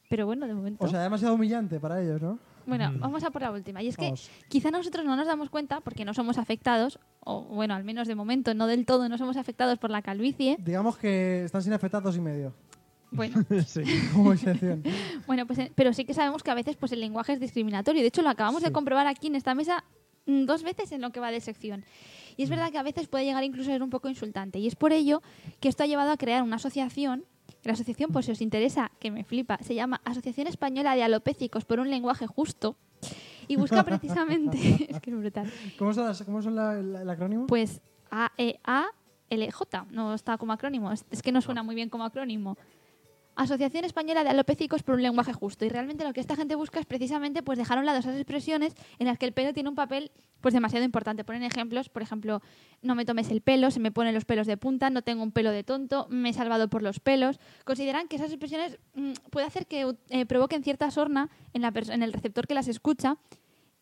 D: Pero bueno, de momento.
C: O sea, demasiado humillante para ellos, ¿no?
D: bueno, vamos a por la última. Y es que
C: Vamos.
D: quizá nosotros no nos damos cuenta porque no somos afectados, o bueno, al menos de momento, no del todo, no somos afectados por la calvicie.
C: Digamos que están sin afectar dos y medio.
D: Bueno,
A: Sí.
C: Como excepción.
D: bueno pues, eh, pero sí que sabemos que a veces pues, el lenguaje es discriminatorio. y De hecho, lo acabamos de comprobar aquí en esta mesa mm, dos veces en lo que va de sección. Y es verdad que a veces puede llegar incluso a ser un poco insultante. Y es por ello que esto ha llevado a crear una asociación. que La asociación, por si os interesa, que me flipa, se llama Asociación Española de Alopécicos por un lenguaje justo. Y busca precisamente. es que es brutal.
C: ¿Cómo son, las- cómo son la- la- el acrónimo?
D: Pues A-E-A-L-J. No está como acrónimo. Es- Es que no suena muy bien como acrónimo. Asociación Española de Alopécicos por un lenguaje justo. Y realmente lo que esta gente busca es precisamente pues, dejar a un lado esas expresiones en las que el pelo tiene un papel pues, demasiado importante. Ponen ejemplos, por ejemplo, no me tomes el pelo, se me ponen los pelos de punta, no tengo un pelo de tonto, me he salvado por los pelos. Consideran que esas expresiones mm, puede hacer que uh, eh, provoquen cierta sorna en, la pers- en el receptor que las escucha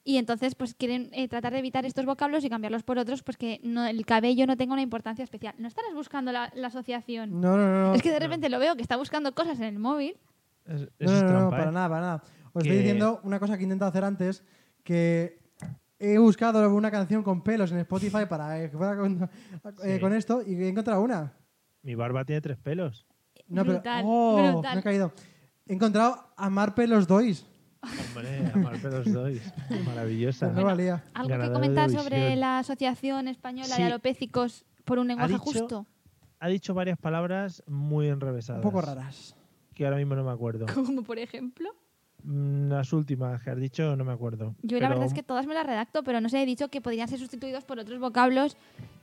D: y entonces, pues quieren eh, tratar de evitar estos vocablos y cambiarlos por otros, pues que no, el cabello no tenga una importancia especial. ¿No estarás buscando la, la asociación?
C: No, no, no. no.
D: Es que de repente lo veo que está buscando cosas en el móvil.
A: Es- eso
C: No,
A: es
C: no, no,
A: trampa,
C: para
A: ¿eh?
C: nada, para nada. Os
A: Que-
C: estoy diciendo una cosa que he intentado hacer antes, que he buscado una canción con pelos en Spotify para eh, que fuera con, eh,
A: Sí.
C: con esto y he encontrado una.
A: Mi barba tiene tres pelos.
C: No,
D: Brutal,
C: pero, oh,
D: brutal.
C: me he caído. He encontrado Amar pelos dois.
A: Hombre, amar pelos doy. Maravillosa.
C: Pues no valía.
D: ¿Algo
A: Ganadora
D: que
A: de
D: comentar
A: Eurovisión.
D: sobre la Asociación Española
A: Sí.
D: de Alopécicos por un lenguaje
A: dicho-
D: justo?
A: Ha dicho varias palabras muy enrevesadas.
C: Un poco raras.
A: Que ahora mismo no me acuerdo.
D: Como por ejemplo.
A: Mm, Las últimas que has dicho no me acuerdo.
D: Yo la
A: Pero
D: verdad es que todas me las redacto, pero no sé, he dicho que podrían ser sustituidos por otros vocablos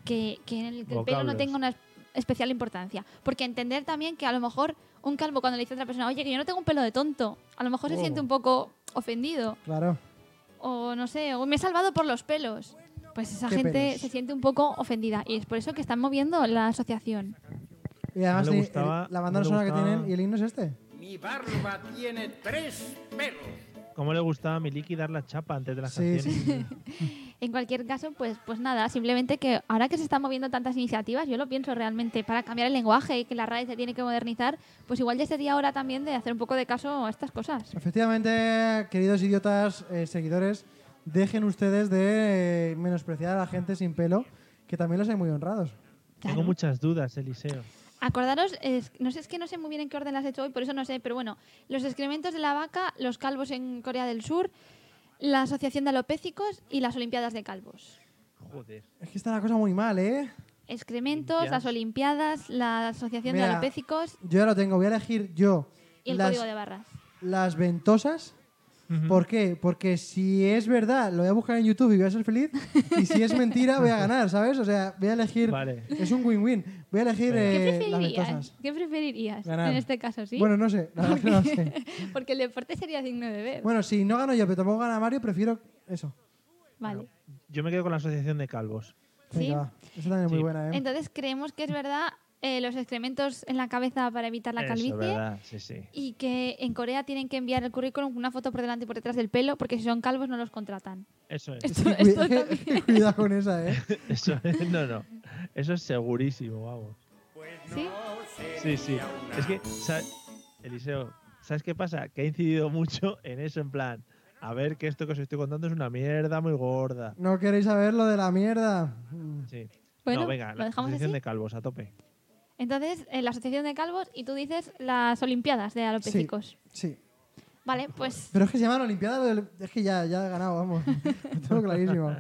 D: que, que en el que el pelo
A: Vocablos.
D: no tenga una es- especial importancia. Porque entender también que a lo mejor un calvo cuando le dice a otra persona, oye, que yo no tengo un pelo de tonto, a lo mejor se
C: Oh.
D: siente un poco ofendido.
C: Claro.
D: O no sé, o me he salvado por los pelos. Pues esa
C: ¿Qué
D: gente
C: pelos?
D: se siente un poco ofendida y es por eso que están moviendo la asociación.
C: Y además
A: No le
C: sí,
A: gustaba-
C: el- la
A: no
C: banda
A: le
C: sonora que
A: gustaba-
C: tienen y el himno es este.
F: Mi barba tiene tres pelos.
A: ¿Cómo le gustaba a Miliki dar la chapa antes de las
C: Sí, sí,
A: canciones?
D: En cualquier caso, pues, pues nada, simplemente que ahora que se están moviendo tantas iniciativas, yo lo pienso realmente, para cambiar el lenguaje y que la RAE se tiene que modernizar, pues igual ya sería hora también de hacer un poco de caso a estas cosas.
C: Efectivamente, queridos idiotas, eh, seguidores, dejen ustedes de eh, menospreciar a la gente sin pelo, que también los hay muy honrados.
D: Claro.
A: Tengo muchas dudas, Eliseo.
D: Acordaros, es- no sé, es que no sé muy bien en qué orden las he hecho hoy, por eso no sé, pero bueno, los excrementos de la vaca, los calvos en Corea del Sur, la Asociación de Alopécicos y las Olimpiadas de Calvos.
A: Joder.
C: Es que está la cosa muy mal, ¿eh?
D: Excrementos,
A: Olimpiadas.
D: las Olimpiadas, la Asociación de
C: Mira,
D: Alopécicos
C: Yo ya lo tengo, voy a elegir yo
D: y el
C: las,
D: Código de Barras.
C: las ventosas. ¿Por qué? Porque si es verdad, lo voy a buscar en YouTube y voy a ser feliz. Y si es mentira, voy a ganar, ¿sabes? O sea, voy a elegir.
A: Vale.
C: Es un win-win. Voy a elegir
D: ¿Qué
C: eh, las
D: preferirías?
C: ventosas.
D: ¿Qué preferirías
C: Ganar.
D: en este caso, sí?
C: Bueno, no sé, la verdad que no sé.
D: Porque el deporte sería digno de ver.
C: Bueno, si no gano yo, pero tampoco gana Mario, prefiero eso.
D: vale.
A: Yo me quedo con la asociación de calvos.
D: Sí.
C: Venga, va. Esa también es muy
A: Sí.
C: buena, ¿eh?
D: Entonces creemos que es verdad eh, los excrementos en la cabeza para evitar la calvicie.
A: Eso, verdad, sí, sí.
D: Y que en Corea tienen que enviar el currículum con una foto por delante y por detrás del pelo, porque si son calvos no los contratan.
A: Eso es.
D: Esto,
C: Cuida-
D: esto también.
C: Cuidado con esa, ¿eh?
A: Eso es. No, no. Eso es segurísimo, vamos.
D: ¿Sí?
A: Sí, sí. Es que, sa- Eliseo, ¿sabes qué pasa? Que he incidido mucho en eso, en plan, a ver que esto que os estoy contando es una mierda muy gorda.
C: No queréis saber lo de la mierda. Mm.
A: Sí.
D: Bueno,
A: no, venga,
D: ¿lo
A: la
D: dejamos
A: asociación
D: así?
A: de calvos, a tope.
D: Entonces, eh, la asociación de calvos y tú dices las Olimpiadas de alopecicos.
C: Sí.
D: Vale, pues
C: Pero es que se llaman Olimpiadas. lo del- Es que ya, ya he ganado, vamos. Lo tengo clarísimo.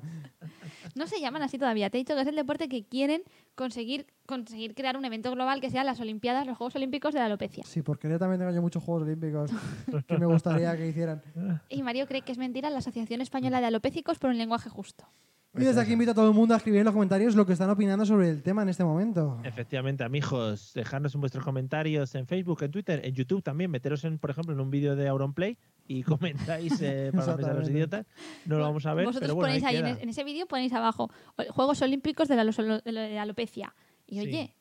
D: no se llaman así todavía. Te he dicho que es el deporte que quieren conseguir, conseguir crear un evento global que sea las Olimpiadas, los Juegos Olímpicos de la alopecia.
C: Sí, porque yo también tengo yo muchos Juegos Olímpicos que me gustaría que hicieran.
D: Y Mario cree que es mentira la Asociación Española de Alopécicos por un lenguaje justo.
C: Y desde aquí invito a todo el mundo a escribir en los comentarios lo que están opinando sobre el tema en este momento.
A: Efectivamente, amigos, dejadnos en vuestros comentarios en Facebook, en Twitter, en YouTube también. Meteros, en, por ejemplo, en un vídeo de Auronplay y comentáis eh, para la mesa de los
C: Exactamente.
A: idiotas. No lo vamos a ver,
D: Pues Vosotros
A: pero bueno, ahí
D: ponéis ahí en,
A: queda.
D: es- en ese vídeo ponéis abajo o- Juegos Olímpicos de la, lo- de la- de la alopecia. Y
A: Sí.
D: oye,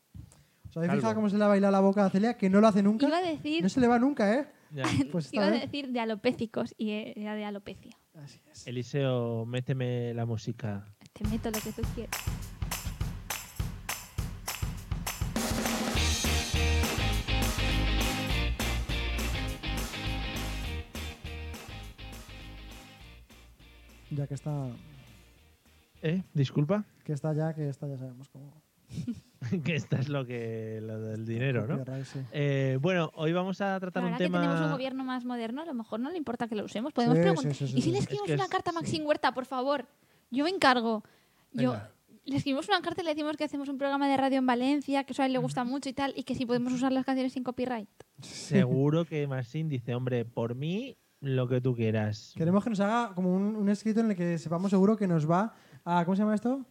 C: ¿Os habéis
A: Calvo.
C: fijado cómo se le ha bailado la boca a Celia? Que no lo hace nunca.
D: iba a decir,
C: No se le va nunca, ¿eh?
A: Ya.
C: Pues esta
D: iba a
A: ¿eh?
C: vez-
D: decir de alopécicos y eh, era de alopecia.
C: Así es.
A: Eliseo, méteme la música.
D: Te meto lo este que tú quieras.
C: sea que está,
A: ¿Eh? Disculpa.
C: que está ya, que está ya sabemos cómo.
A: que esta es lo que. lo del dinero, ¿no?
C: copyright, sí.
A: Eh, bueno, hoy vamos a tratar
D: Ahora
A: un
D: que tenemos un
A: tema.
D: gobierno más moderno, a lo mejor no le importa que lo usemos. Podemos
C: Sí,
D: preguntar.
C: sí, sí, sí,
D: ¿Y si
C: sí.
D: le
C: Es
D: escribimos
A: que
D: una
A: es-
D: carta a Maxine Huerta, por favor? Yo me encargo. Yo
A: Venga.
D: le escribimos una carta y le decimos que hacemos un programa de radio en Valencia, que eso a él le gusta mucho y tal, y que si podemos usar las canciones sin copyright.
A: Seguro que Maxine dice, hombre, por mí lo que tú quieras.
C: Queremos que nos haga como un, un escrito en el que sepamos seguro que nos va a. ¿Cómo se llama esto?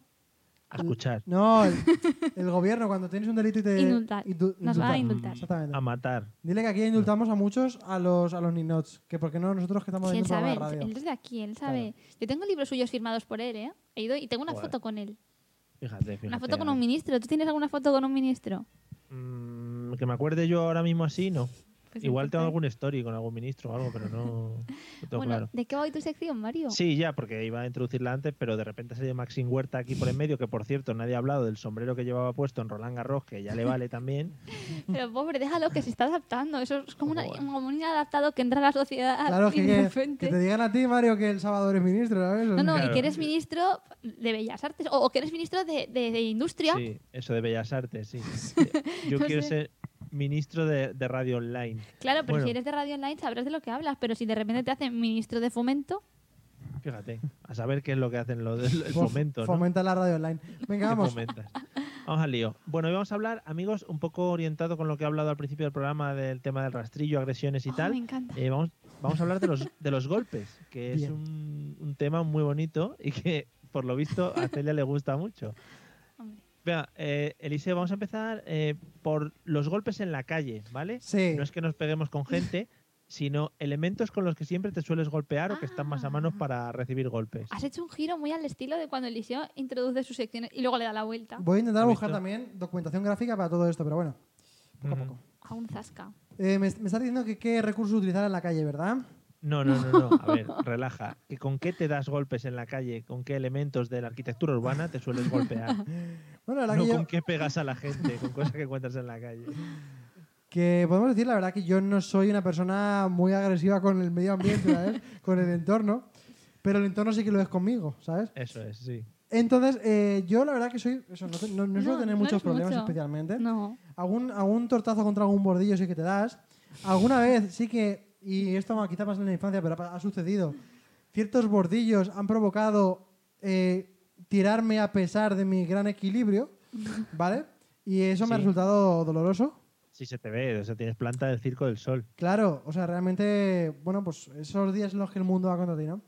A: A escuchar,
C: No, el, el gobierno, cuando tienes un delito y te.
D: Indultar.
C: indu-
D: Nos va a indultar.
C: Exactamente.
A: a matar.
C: Dile que aquí indultamos a muchos a los, a los ninots, que porque no nosotros que estamos
D: Si
C: en
D: él
C: un programa
D: sabe,
C: de radio.
D: él es de aquí, él sabe. Yo tengo libros suyos firmados por él, ¿eh? He ido y tengo una
A: Joder.
D: foto con él.
A: Fíjate, fíjate. ¿eh?
D: Una foto con
A: a
D: un
A: ver.
D: ministro. ¿Tú tienes alguna foto con un ministro?
A: Mm, que me acuerde yo ahora mismo así, no.
D: Pues
A: Igual tengo
D: entonces-
A: algún story con algún ministro o algo, pero no, no tengo
D: Bueno,
A: claro.
D: ¿de qué va hoy tu sección, Mario?
A: Sí, ya, porque iba a introducirla antes, pero de repente salió Maxine Huerta aquí por en medio, que por cierto nadie ha hablado del sombrero que llevaba puesto en Roland Garros, que ya le vale también.
D: Pero pobre, déjalo que se está adaptando. Eso es como, una,
A: Joder.
D: como un inadaptado que entra a la sociedad
C: Claro,
D: y
C: que,
D: de
C: que-
D: repente.
C: que te digan a ti, Mario, que el sábado eres ministro, ¿sabes?
D: No, no, y
A: Claro.
D: que eres ministro de Bellas Artes o, o que eres ministro de, de- de Industria.
A: Sí, eso de Bellas Artes, sí. Yo
D: No
A: quiero
D: sé.
A: ser ministro de, de radio online.
D: Claro, pero
A: Bueno.
D: si eres de Radio Online sabrás de lo que hablas, pero si de repente te hacen ministro de Fomento,
A: Fíjate, a saber qué es lo que hacen los del el
C: Fo-
A: fomento, ¿no?
C: Fomenta la radio online. Venga,
A: ¿Qué
C: vamos.
A: fomentas? Vamos al lío. Bueno, hoy vamos a hablar, amigos, un poco orientado con lo que he hablado al principio del programa del tema del rastrillo, agresiones y
D: Oh,
A: tal.
D: me encanta.
A: Eh, vamos, vamos a hablar de los, de los golpes, que es
C: Bien.
A: un, un tema muy bonito y que, por lo visto, a Celia le gusta mucho.
D: Hombre.
A: Vea, eh, Eliseo, vamos a empezar eh, por los golpes en la calle, ¿vale?
C: Sí.
A: No es que nos peguemos con gente, sino elementos con los que siempre te sueles golpear o que están más a mano
D: Ah.
A: para recibir golpes.
C: Ah,
D: has hecho un giro muy al estilo de cuando Eliseo introduce sus secciones y luego le da la vuelta
C: Voy a intentar
A: ¿Has
C: buscar
A: visto?
C: también documentación gráfica para todo esto, pero bueno, poco a
A: Ujú.
C: poco.
D: a un zasca.
C: Eh, me, me estás diciendo que qué recursos utilizar en la calle, ¿verdad?
A: No, no, no, no. A ver, relaja. ¿Que ¿Con qué te das golpes en la calle? ¿Con qué elementos de la arquitectura urbana te sueles golpear?
C: Bueno, la verdad
A: No
C: que yo-
A: con qué pegas a la gente, con cosas que encuentras en la calle.
C: Que podemos decir, la verdad, que yo no soy una persona muy agresiva con el medio ambiente, ¿sabes? con el entorno. Pero el entorno sí que lo es conmigo, ¿sabes?
A: Eso es, sí.
C: Entonces, eh, yo la verdad que soy. Eso, no, te- no- no suelo
D: No,
C: tener
D: no
C: muchos
D: eres
C: problemas
D: mucho.
C: especialmente.
D: No.
C: Algún, algún tortazo contra algún bordillo sí que te das. Alguna vez sí que. Y esto ma- quizá pasa en la infancia, pero ha ha sucedido. Ciertos bordillos han provocado eh, tirarme a pesar de mi gran equilibrio, ¿vale? Y eso me ha
A: Sí.
C: resultado doloroso.
A: Sí se te ve, o sea, tienes planta del circo del sol.
C: Claro, o sea, realmente, bueno, pues esos días en los que el mundo va contra ti, ¿no?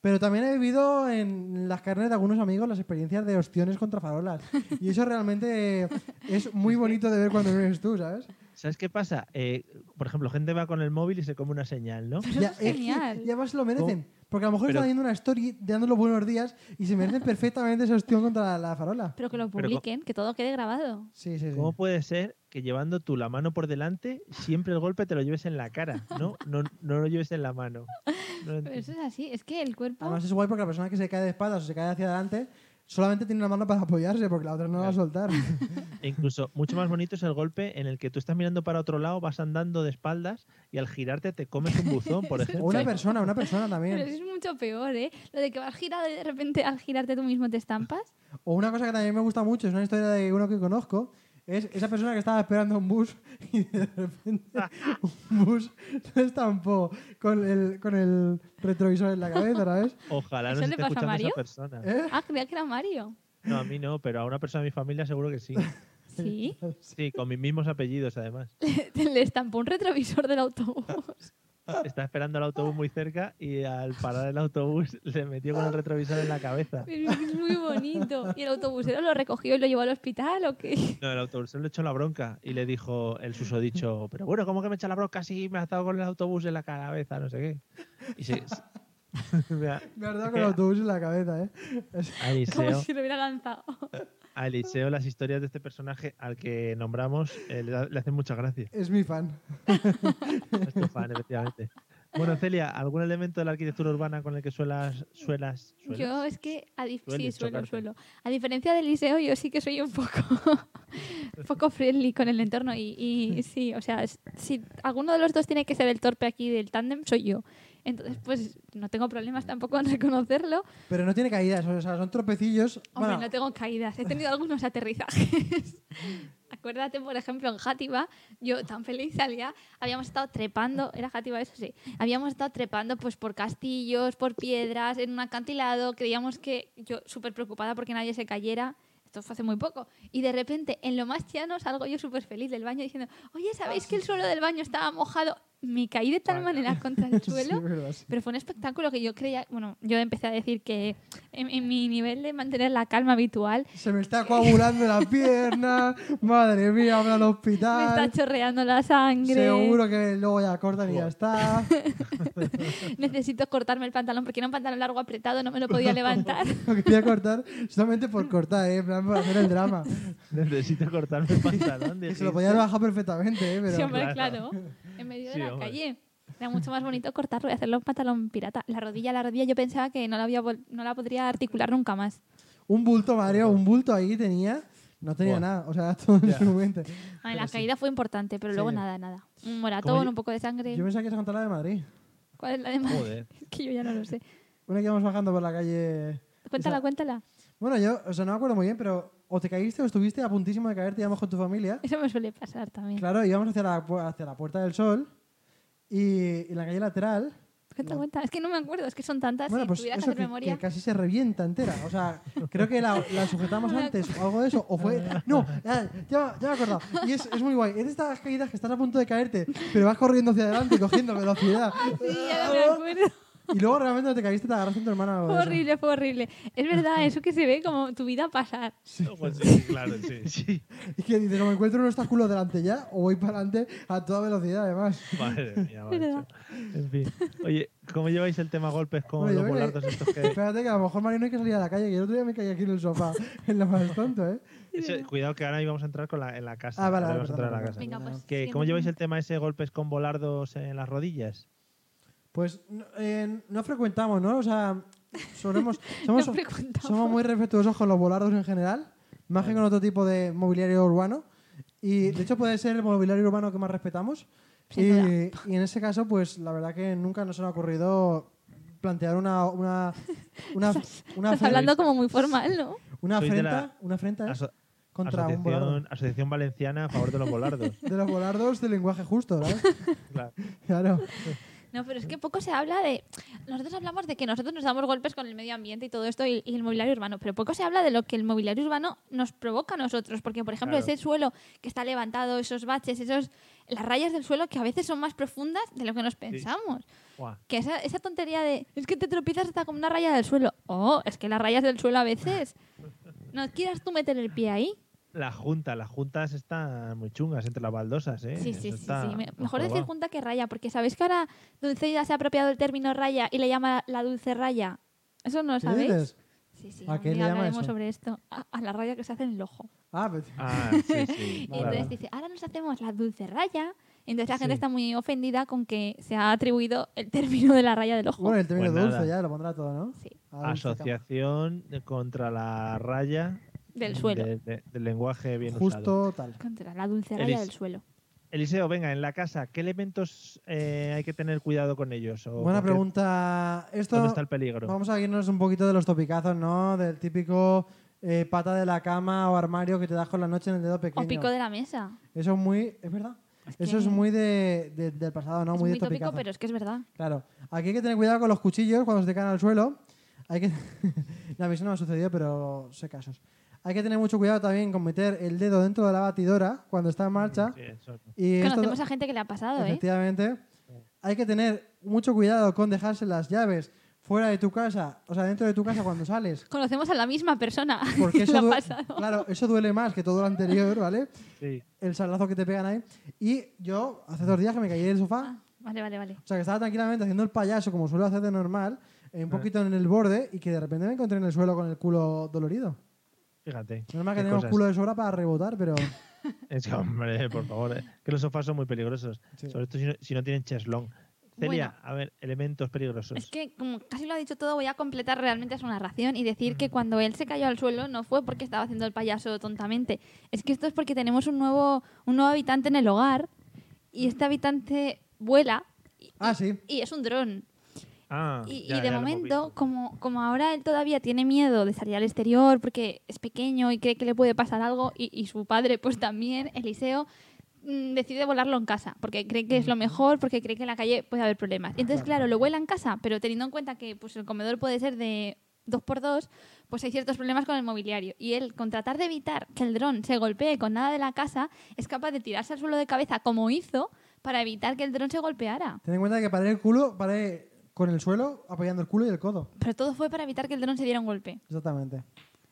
C: Pero también he vivido en las carnes de algunos amigos las experiencias de ostiones contra farolas. Y eso realmente es muy bonito de ver cuando vienes tú, ¿sabes?
A: ¿Sabes qué pasa? Eh, por ejemplo, gente va con el móvil y se come una señal, ¿no?
D: Pero
C: Ya-
D: eso es
C: es que
D: genial.
C: ya más lo merecen. Porque a lo mejor
A: Pero-
C: están viendo una story dándole buenos días y se merecen perfectamente ese ostión contra la, la farola.
D: Pero que lo
A: Pero co-
D: publiquen, que todo quede grabado.
C: Sí, sí, sí.
A: ¿Cómo puede ser que llevando tú la mano por delante, siempre el golpe te lo lleves en la cara, ¿no? No, no lo lleves en la mano. No lo
D: Pero eso
A: entiendo.
D: es así, es que el cuerpo.
C: Además es guay porque la persona que se cae de espaldas o se cae hacia adelante solamente tiene una mano para apoyarse porque la otra no la va a soltar.
A: E incluso mucho más bonito es el golpe en el que tú estás mirando para otro lado, vas andando de espaldas y al girarte te comes un buzón, por
C: o
A: ejemplo.
C: una persona, una persona también.
D: Pero eso es mucho peor, ¿eh? Lo de que vas girado y de repente al girarte tú mismo te estampas.
C: O una cosa que también me gusta mucho, es una historia de uno que conozco, es esa persona que estaba esperando un bus y de repente un bus se estampó con el, con el retrovisor en la cabeza, ¿sabes?
A: Ojalá
D: ¿Eso
A: no se
D: le
A: esté
D: pasa
A: escuchando
D: a
A: esa
D: Mario?
A: persona.
C: ¿Eh?
D: Ah, creía que era Mario.
A: No, a mí no, pero a una persona de mi familia seguro que sí.
D: Sí.
A: Sí, con mis mismos apellidos además.
D: Te le estampó un retrovisor del autobús.
A: Está esperando el autobús muy cerca y al parar el autobús le metió con el retrovisor en la cabeza.
D: Pero es muy bonito. ¿Y el autobusero lo recogió y lo llevó al hospital o qué?
A: No, el autobús le echó la bronca y le dijo el susodicho, pero bueno, ¿cómo que me echa la bronca si me has dado con el autobús en la cabeza? No sé qué. Y se... Me ha-
C: Me has dado con el autobús en la cabeza, ¿eh?
A: a
D: Como
A: Eliseo,
D: si lo hubiera lanzado.
A: a Eliseo las historias de este personaje al que nombramos eh, le, da- le hacen mucha gracia.
C: Es mi fan.
A: Es tu fan, efectivamente. Bueno, Celia, ¿algún elemento de la arquitectura urbana con el que suelas... suelas, suelas?
D: Yo es que. A dif- sí,
A: Sueles
D: suelo,
A: chocarte.
D: suelo. A diferencia del liceo, yo sí que soy un poco. un poco friendly con el entorno. Y, y sí, o sea, es- si alguno de los dos tiene que ser el torpe aquí del tándem, soy yo. Entonces, pues no tengo problemas tampoco en reconocerlo.
C: Pero no tiene caídas, o sea, son tropecillos.
D: Hombre,
C: Bueno,
D: no tengo caídas. He tenido algunos aterrizajes. Acuérdate, por ejemplo, en Játiva, yo tan feliz salía, habíamos estado trepando, era Játiva, eso sí, habíamos estado trepando pues por castillos, por piedras, en un acantilado, creíamos que yo súper preocupada porque nadie se cayera, esto fue hace muy poco, y de repente en lo más llano salgo yo súper feliz del baño diciendo, oye, ¿sabéis que el suelo del baño estaba mojado? Me caí de tal manera contra el
C: Sí,
D: suelo
C: verdad, sí.
D: pero fue un espectáculo que yo creía, bueno, yo empecé a decir que en, en mi nivel de mantener la calma habitual
C: Se me está coagulando la pierna. Madre mía, habla al
D: me está
C: hospital.
D: chorreando la sangre.
C: Seguro que luego ya cortan y ya está.
D: Necesito cortarme el pantalón porque era un pantalón largo apretado, no me lo podía levantar.
C: Lo quería cortar solamente por cortar, ¿eh? En plan, por hacer el drama.
A: Necesito cortarme el pantalón.
C: Que
A: dijiste.
C: se lo podías bajar perfectamente, ¿eh?
D: sí,
C: Pero
D: hombre,
A: claro.
D: claro. En medio de
A: Sí,
D: la
A: hombre.
D: calle. Era mucho más bonito cortarlo y hacerlo un pantalón pirata. La rodilla, la rodilla, yo pensaba que no la, había vol- no la podría articular nunca más.
C: un bulto, Mario, un bulto ahí tenía. No tenía
A: Buah.
C: nada, o sea, todo en
A: Ya.
C: su mente.
D: A ver, Ah, la caída fue importante, pero luego
C: Sí.
D: nada, nada. Un
A: Como
D: moratón,
A: yo-
D: un poco de sangre.
C: Yo pensaba que se contaba la de Madrid.
D: ¿Cuál es la de Madrid?
A: Joder.
D: Es que yo ya no lo sé.
C: Una que íbamos bajando por la calle.
D: Cuéntala,
C: Esa-
D: cuéntala.
C: Bueno, yo, o sea, no me acuerdo muy bien, pero o te caíste o estuviste a puntísimo de caerte, íbamos con tu familia.
D: Eso me suele pasar también.
C: Claro, íbamos hacia la, pu- hacia la Puerta del Sol y, y la calle lateral.
D: Cuenta, cuenta. Es que no me acuerdo, es que son tantas.
C: bueno,
D: si
C: pues
D: Ah, tuvieras que
C: eso
D: hacer
C: que,
D: memoria.
C: que casi se revienta entera. O sea, creo que la, la sujetamos antes o algo de eso. O fue. No, ya, ya, ya me he acordado. Y es, es muy guay. Es de estas caídas que estás a punto de caerte, pero vas corriendo hacia adelante, cogiendo velocidad.
D: Ah, Sí, ya no me acuerdo.
C: Y luego realmente te caíste, te agarraste en tu hermana. o algo
D: Fue
C: de eso.
D: horrible, fue horrible. Es verdad, eso que se ve como tu vida pasar.
A: Pues sí, claro, sí, sí.
C: Y que dices, o me encuentro un obstáculo delante ya, o voy para adelante a toda velocidad, además.
A: Madre mía, macho.
D: Verdad.
A: En fin. Oye, ¿cómo lleváis el tema golpes con
C: Bueno, yo
A: los
C: creo que-
A: volardos estos que.?
C: Espérate, que a lo mejor Mario no hay que salir a la calle, que el otro día me caí aquí en el sofá, en lo más tonto, ¿eh?
A: Ese- cuidado que ahora íbamos a entrar con la, en la casa.
C: Ah, vale,
A: Ahora
C: vale,
A: íbamos a entrar
C: perdón,
A: a la
C: perdón.
A: casa.
D: Venga, pues.
A: Que,
D: siguiente
A: ¿Cómo lleváis el
D: pregunta.
A: tema ese golpes con volardos en las rodillas?
C: Pues no, eh, no frecuentamos, ¿no? O sea, solemos, somos,
D: No frecuentamos.
C: somos muy respetuosos con los volardos en general, más que con otro tipo de mobiliario urbano. Y de hecho puede ser el mobiliario urbano que más respetamos.
D: Sin
C: Y, y en ese caso, pues la verdad que nunca nos ha ocurrido plantear una... una, una, una
D: Estás hablando como muy formal, ¿no?
C: Una
A: Sois de la
C: afrenta, una afrenta ¿eh?
A: Aso-
C: contra un volardo.
A: Asociación, Asociación Valenciana a favor de los volardos.
C: De los volardos de lenguaje justo, ¿verdad?
A: Claro.
C: Claro.
D: No, pero es que poco se habla de. Nosotros hablamos de que nosotros nos damos golpes con el medio ambiente y todo esto y, y el mobiliario urbano, pero poco se habla de lo que el mobiliario urbano nos provoca a nosotros. Porque, por ejemplo,
A: Claro.
D: ese suelo que está levantado, esos baches, esos las rayas del suelo que a veces son más profundas de lo que nos pensamos.
A: Buah.
D: Que esa, esa tontería de es que te tropiezas hasta con una raya del suelo. Oh, es que las rayas del suelo a veces. No quieras tú meter el pie ahí.
A: La junta, las juntas están muy chungas entre las baldosas, ¿eh?
D: Sí,
A: Eso
D: sí, sí,
A: está
D: sí. Me-
A: más
D: Mejor decir
A: jorobado.
D: junta que raya, porque sabéis que ahora Dulceida se ha apropiado el término raya y le llama la dulce raya. ¿Eso no lo
C: ¿Qué
D: sabéis?
C: dices?
D: Sí, sí.
C: ¿A
D: un
C: qué le
D: día
C: llama
D: hablaremos
C: eso?
D: sobre esto. A, a la raya que se hace en el ojo.
C: Ah, pero-
A: Ah, sí, sí.
D: y
C: Vale,
D: entonces
C: vale.
D: dice, ahora nos hacemos la dulce raya. Y entonces la gente
C: Sí.
D: está muy ofendida con que se ha atribuido el término de la raya del ojo.
C: Bueno, el término
A: Pues
C: dulce
A: nada.
C: ya lo pondrá todo, ¿no?
D: Sí,
C: Ah, dulce,
A: Asociación contra la raya
D: del suelo.
A: de- de- del lenguaje bien
C: cama.
A: usado.
C: Justo tal.
D: Contra la dulce raya
A: Elis.
D: del suelo.
A: Eliseo, venga, en la casa, ¿qué elementos eh, hay que tener cuidado con ellos? O
C: Buena
A: con qué-
C: pregunta. Esto.
A: ¿Dónde está el peligro?
C: Vamos a irnos un poquito de los topicazos, ¿no? Del típico eh, pata de la cama o armario que te das con la noche en el dedo pequeño.
D: O pico de la mesa.
C: Eso es muy. Es verdad. Eso
D: que-
C: es muy de, de- del pasado, ¿no?
D: es
C: muy
D: muy
C: de
D: tópico,
C: topicazos.
D: pero es que es verdad.
C: Claro. Aquí hay que tener cuidado con los cuchillos cuando se te caen al suelo. Hay que... no, a mí eso no me ha sucedido, pero sé casos. Hay que tener mucho cuidado también con meter el dedo dentro de la batidora cuando está en marcha.
A: Sí, eso no.
C: Y esto-
D: Conocemos a gente que le ha pasado, ¿eh?
C: Efectivamente. Hay que tener mucho cuidado con dejarse las llaves fuera de tu casa, o sea, dentro de tu casa cuando sales.
D: Conocemos a la misma persona
C: Porque
D: que
C: eso,
D: le ha
C: due-
D: pasado.
C: claro, eso duele más que todo lo anterior, ¿vale?
A: Sí.
C: El salazo que te pegan ahí. Y yo, hace dos días que me caí del sofá,
D: Ah, vale, vale, vale.
C: o sea, que estaba tranquilamente haciendo el payaso como suelo hacer de normal, eh, un poquito en el borde y que de repente me encontré en el suelo con el culo dolorido.
A: Fíjate.
C: Normal que
A: qué
C: tenemos
A: cosas.
C: culo de sobra para rebotar, pero
A: Es que, hombre, por favor, eh, que los sofás son muy peligrosos.
C: Sí.
A: Sobre todo si no, si no tienen cheslón. Celia,
D: Bueno.
A: a ver, elementos peligrosos.
D: Es que, como casi lo ha dicho todo, voy a completar realmente su narración y decir
C: Mm.
D: que cuando él se cayó al suelo no fue porque estaba haciendo el payaso tontamente. Es que esto es porque tenemos un nuevo, un nuevo habitante en el hogar y este habitante vuela y,
C: Ah, sí.
D: y es un dron.
A: Ah,
D: Y,
A: ya,
D: y
A: ya
D: de
A: lo hemos
D: momento,
A: visto.
D: como, como ahora él todavía tiene miedo de salir al exterior porque es pequeño y cree que le puede pasar algo, y, y su padre pues también, Eliseo, mm, decide volarlo en casa porque cree que es lo mejor, porque cree que en la calle puede haber problemas. Entonces, claro, lo vuela en casa, pero teniendo en cuenta que pues, el comedor puede ser de dos por dos, pues hay ciertos problemas con el mobiliario. Y él, con tratar de evitar que el dron se golpee con nada de la casa, es capaz de tirarse al suelo de cabeza como hizo para evitar que el dron se golpeara.
C: Ten en cuenta que paré el culo, paré con el suelo, apoyando el culo y el codo.
D: Pero todo fue para evitar que el dron se diera un golpe.
C: Exactamente.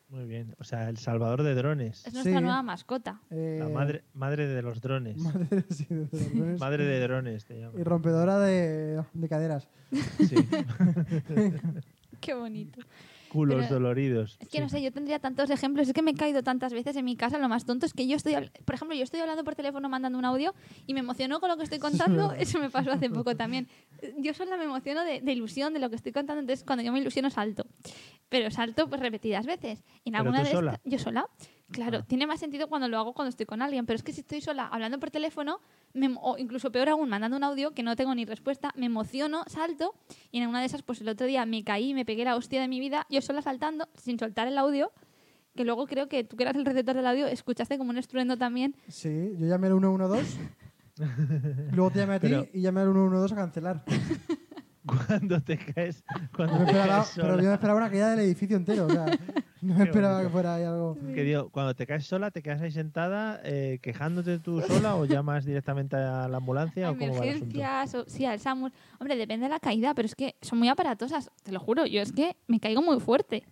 A: Muy bien. O sea, el salvador de drones.
D: Es nuestra
C: Sí.
D: nueva mascota.
C: Eh,
A: La madre, madre de los drones.
C: madre, sí, de los drones.
A: Madre de drones, te
C: Y
A: llaman.
C: rompedora de, de caderas.
A: Sí.
D: Qué bonito.
A: Culos
D: Pero-
A: doloridos.
D: Es que no sé, yo tendría tantos ejemplos. Es que me he caído tantas veces en mi casa. Lo más tonto es que yo estoy, habl- por ejemplo, yo estoy hablando por teléfono, mandando un audio y me emociono con lo que estoy contando. Eso me pasó hace poco también. Yo sola me emociono de, de ilusión de lo que estoy contando. Entonces, cuando yo me ilusiono, salto. Pero salto pues repetidas veces. En
A: ¿Pero
D: alguna
A: tú
D: de esta-
A: sola?
D: yo sola. Claro,
A: Ah.
D: tiene más sentido cuando lo hago cuando estoy con alguien, pero es que si estoy sola hablando por teléfono, me emo- o incluso peor aún, mandando un audio que no tengo ni respuesta, me emociono, salto y en una de esas, pues el otro día me caí, me pegué la hostia de mi vida, yo sola saltando, sin soltar el audio, que luego creo que tú que eras el receptor del audio, escuchaste como un estruendo también.
C: Sí, yo llamé al 112. luego te llamé a ti
A: Pero-
C: y llamé al 112 a cancelar.
A: Cuando te caes,
C: Yo
A: cuando
C: me
A: te
C: esperaba-
A: caes
C: pero
A: sola,
C: yo me esperaba una caída del edificio entero. O sea, no me
A: Qué
C: esperaba
A: bonito.
C: que fuera ahí algo.
A: que digo, cuando te caes sola, te quedas ahí sentada eh, quejándote tú sola o llamas directamente a la ambulancia
D: A
A: o cómo va el asunto.
D: emergencias, o, sí, al SAMUR. Hombre, depende de la caída, pero es que son muy aparatosas, te lo juro, yo es que me caigo muy fuerte.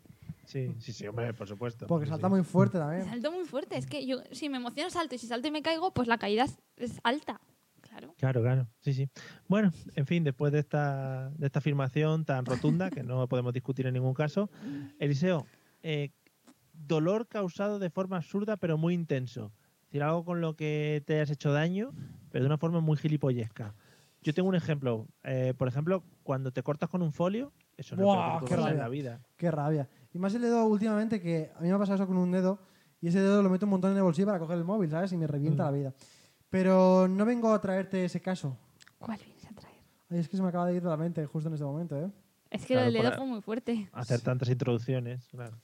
A: Sí, sí, sí, hombre, por supuesto.
C: Porque
A: Sí,
C: salta
A: sí.
C: muy fuerte también.
D: Salto muy fuerte, es que yo si me emociono salto y si salto y me caigo, pues la caída es, es alta. Claro.
A: Claro, claro, sí, sí. Bueno, en fin, después de esta, de esta afirmación tan rotunda que no podemos discutir en ningún caso, Eliseo, eh, dolor causado de forma absurda pero muy intenso. Es decir, algo con lo que te hayas hecho daño, pero de una forma muy gilipollesca. Yo tengo un ejemplo. Eh, por ejemplo, cuando te cortas con un folio, eso no es
C: Buah,
A: lo que
C: qué
A: te pasa en
C: rabia.
A: la vida.
C: Qué rabia. Y más el dedo últimamente que a mí me ha pasado eso con un dedo y ese dedo lo meto un montón en el bolsillo para coger el móvil, ¿sabes? Y me revienta
A: Mm.
C: la vida. Pero no vengo a traerte ese caso.
D: ¿Cuál vienes a traer?
C: Ay, es que se me acaba de ir de la mente justo en este momento, ¿eh?
D: Es que
A: Claro,
D: lo del dedo
A: para-
D: fue muy fuerte.
A: Hacer tantas introducciones. claro.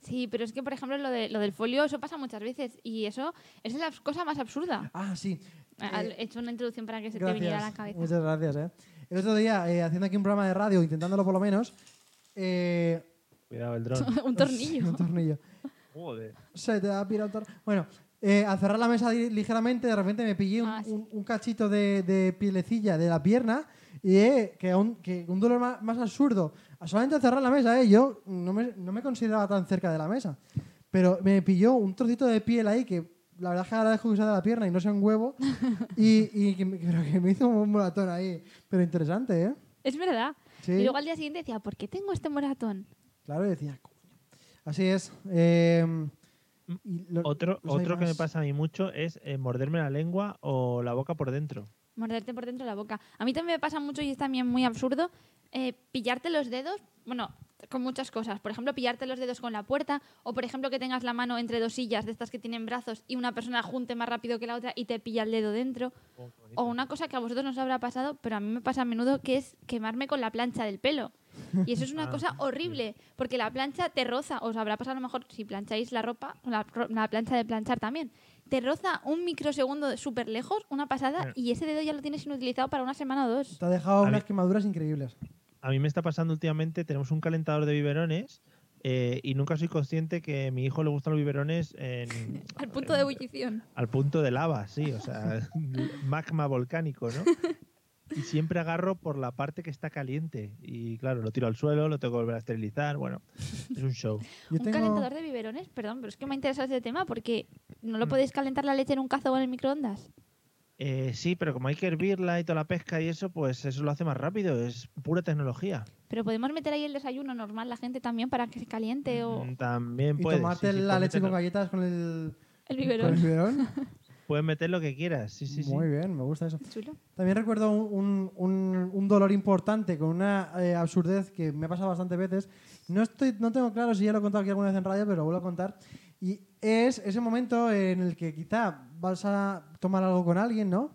D: Sí, pero es que, por ejemplo, lo, de, lo del folio, eso pasa muchas veces. Y eso es la cosa más absurda.
C: Ah, sí.
D: Ah,
C: Eh,
D: He hecho una introducción para que se te viniera a la
C: Gracias.
D: cabeza.
C: Muchas gracias, ¿eh? El otro día, eh, haciendo aquí un programa de radio, intentándolo por lo menos, eh,
A: Cuidado el dron.
D: Un tornillo.
C: un tornillo.
A: Joder.
C: Se te ha pirado el tornillo. Bueno, eh, al cerrar la mesa di- ligeramente, de repente me pillé un,
D: Ah, sí.
C: un- un cachito de, de pielecilla de la pierna y eh, que, un, que un dolor ma- más, absurdo. Solamente al cerrar la mesa, eh, yo no me, no me consideraba tan cerca de la mesa. Pero me pilló un trocito de piel ahí que la verdad es que agradezco que sea de la pierna y no sea un huevo. y y que, me, pero que me hizo un moratón ahí. Pero interesante, ¿eh?
D: Es verdad.
C: Sí.
D: Y luego al día siguiente decía, ¿por qué tengo este moratón?
C: Claro, y decía, coño. Así es. eh, y lo-
A: Otro,
C: los Pues hay
A: otro que me
C: más.
A: pasa a mí mucho es eh, morderme la lengua o la boca por dentro.
D: Morderte por dentro de la boca. A mí también me pasa mucho y es también muy absurdo eh, pillarte los dedos, bueno, con muchas cosas. Por ejemplo, pillarte los dedos con la puerta o, por ejemplo, que tengas la mano entre dos sillas de estas que tienen brazos y una persona junte más rápido que la otra y te pilla el dedo dentro. O una cosa que a vosotros nos habrá pasado, pero a mí me pasa a menudo, que es quemarme con la plancha del pelo. Y eso es una
A: Ah,
D: cosa horrible, porque la plancha te roza, os habrá pasado a lo mejor si plancháis la ropa, o la, ro- la plancha de planchar también, te roza un microsegundo súper lejos, una pasada,
A: Claro.
D: y ese dedo ya lo tienes inutilizado para una semana o dos.
C: Te ha dejado
A: A
C: unas
A: mí-
C: quemaduras increíbles.
A: A mí me está pasando últimamente, tenemos un calentador de biberones eh, y nunca soy consciente que a mi hijo le gustan los biberones en-
D: Al punto de
A: en-
D: ebullición.
A: al punto de lava, sí, o sea, magma volcánico, ¿no? Y siempre agarro por la parte que está caliente y claro, lo tiro al suelo, lo tengo que volver a esterilizar, bueno, es un show.
C: Yo
D: un
C: tengo-
D: calentador de biberones, perdón, pero es que me ha interesado este tema porque no
A: Mm.
D: lo podéis calentar la leche en un cazo o en el microondas.
A: Eh, sí, pero como hay que hervirla y toda la pesca y eso, pues eso lo hace más rápido, es pura tecnología.
D: Pero podemos meter ahí el desayuno normal, la gente también, para que se caliente o
A: Mm, También
C: Y
A: puedes.
C: tomarte
A: sí, sí,
C: la
A: puedes
C: leche con
A: meter-
C: galletas con el,
D: el
C: con el
D: biberón.
C: biberón.
A: Puedes meter lo que quieras, sí, sí, sí.
C: Muy bien, me gusta eso.
A: Pues
D: Chulo.
C: También recuerdo un, un- un dolor importante con una eh, absurdez que me ha pasado bastantes veces. No, estoy, no tengo claro si ya lo he contado aquí alguna vez en radio, pero lo vuelvo a contar. Y es ese momento en el que quizá vas a tomar algo con alguien, ¿no?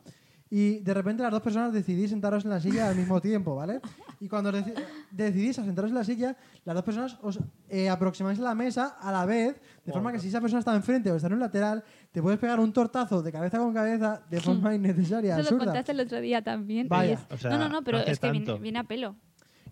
C: Y de repente las dos personas decidís sentaros en la silla al mismo tiempo, ¿vale? Y cuando deci- decidís asentaros en la silla, las dos personas os eh, aproximáis a la mesa a la vez, de forma que si esa persona está enfrente o está en un lateral, te puedes pegar un tortazo de cabeza con cabeza de forma innecesaria,
D: Eso lo
C: absurda.
D: contaste el otro día también. y
C: Vaya,
D: es-
A: o sea,
D: no, no, no, pero
A: no hace
D: es que viene,
A: tanto.
D: viene a pelo.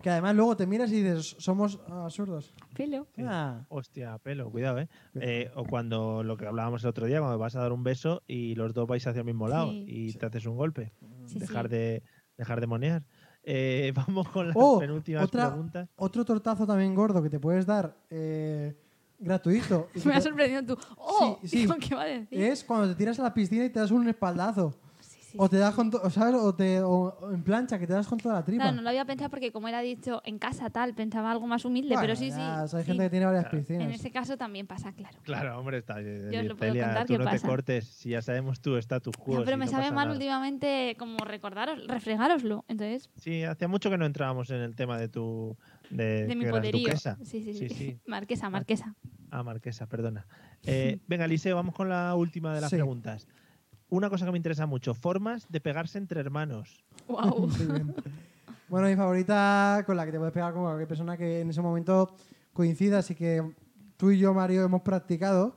C: Que además luego te miras y dices, somos ah, absurdos.
D: Pelo.
C: Ah.
A: Hostia, pelo, cuidado, ¿eh? Eh, O cuando lo que hablábamos el otro día, cuando vas a dar un beso y los dos vais hacia el mismo lado
D: Sí.
A: y te haces un golpe.
D: Sí,
A: dejar,
D: sí.
A: De, dejar de monear. Eh, vamos con las
C: Oh,
A: penúltimas
C: otra-
A: preguntas.
C: Otro tortazo también gordo que te puedes dar eh, gratuito y que
D: Me ha
C: te-
D: sorprendido tú. ¡Oh!
C: Sí, ¿Eh? sí.
D: Digo, ¿Qué va a decir?
C: es cuando te tiras a la piscina y te das un espaldazo.
D: Sí, sí.
C: O te das con to- o ¿sabes? O, te, o- o en plancha, que te das con toda la tripa.
D: Claro, no lo había pensado porque como era dicho en casa tal, pensaba algo más humilde,
C: Bueno,
D: pero sí, sí.
C: ya, Hay
D: sí.
C: gente que tiene varias
D: En
C: piscinas.
D: ese caso también pasa, claro.
A: Claro, hombre, está.
D: os lo puedo
A: Celia,
D: contar,
A: tú
D: ¿qué
A: no
D: pasa?
A: te cortes. Si ya sabemos tu status quo.
D: Ya, pero
A: si
D: me
A: no
D: sabe
A: pasa
D: mal
A: nada.
D: últimamente como recordaros, refregároslo. Entonces,
A: Sí, hacía mucho que no entrábamos en el tema de tu. De,
D: de
A: Eh,
D: mi
A: que eras
D: poderío.
A: duquesa.
D: Sí, sí, sí,
A: Sí, sí.
D: Marquesa, marquesa.
A: Ah, Marquesa, perdona. Eh, venga, Liceo, vamos con la última de las
C: Sí.
A: preguntas. Una cosa que me interesa mucho: formas de pegarse entre hermanos.
D: Wow.
C: Muy bien. Bueno, mi favorita con la que te puedes pegar con cualquier persona que en ese momento coincida, así que tú y yo, Mario, hemos practicado,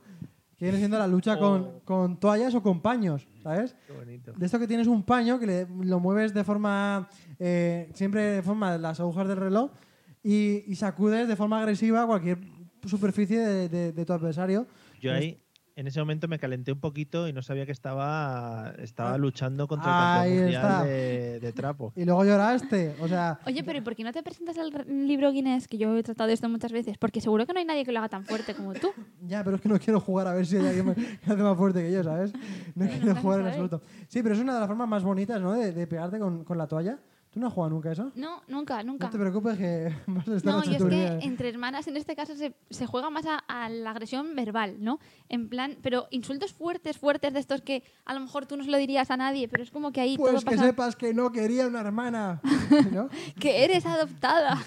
C: que viene siendo la lucha con, con toallas o con paños, ¿sabes?
A: Qué bonito.
C: De esto que tienes un paño que le- lo mueves de forma, eh, siempre de forma de las agujas del reloj y, y sacudes de forma agresiva cualquier superficie de, de- de tu adversario.
A: Yo ahí,
C: Este
A: en ese momento, me calenté un poquito y no sabía que estaba, estaba
C: Ah.
A: luchando contra
C: Ahí
A: el campeón
C: está.
A: mundial de, de trapo.
C: Y luego lloraste, o sea...
D: Oye, pero ¿y por qué no te presentas al r- libro Guinness? Que yo he tratado esto muchas veces, porque seguro que no hay nadie que lo haga tan fuerte como tú.
C: Ya, pero es que no quiero jugar a ver si hay alguien más- que hace más fuerte que yo, ¿sabes? No quiero
D: nunca se
C: jugar en
D: sabe.
C: absoluto. Sí, pero es una de las formas más bonitas, ¿no? De, de pegarte con, con la toalla. ¿Tú no has jugado nunca eso?
D: No, nunca, nunca.
C: No te preocupes que vas a estar
D: No, y es que
C: chaturía.
D: entre hermanas en este caso se, se juega más a, a la agresión verbal, ¿no? En plan, pero insultos fuertes, fuertes de estos que a lo mejor tú no se lo dirías a nadie, pero es como que ahí todo
C: Pues que
D: pasa.
C: sepas que no quería una hermana. ¿no?
D: Que eres adoptada.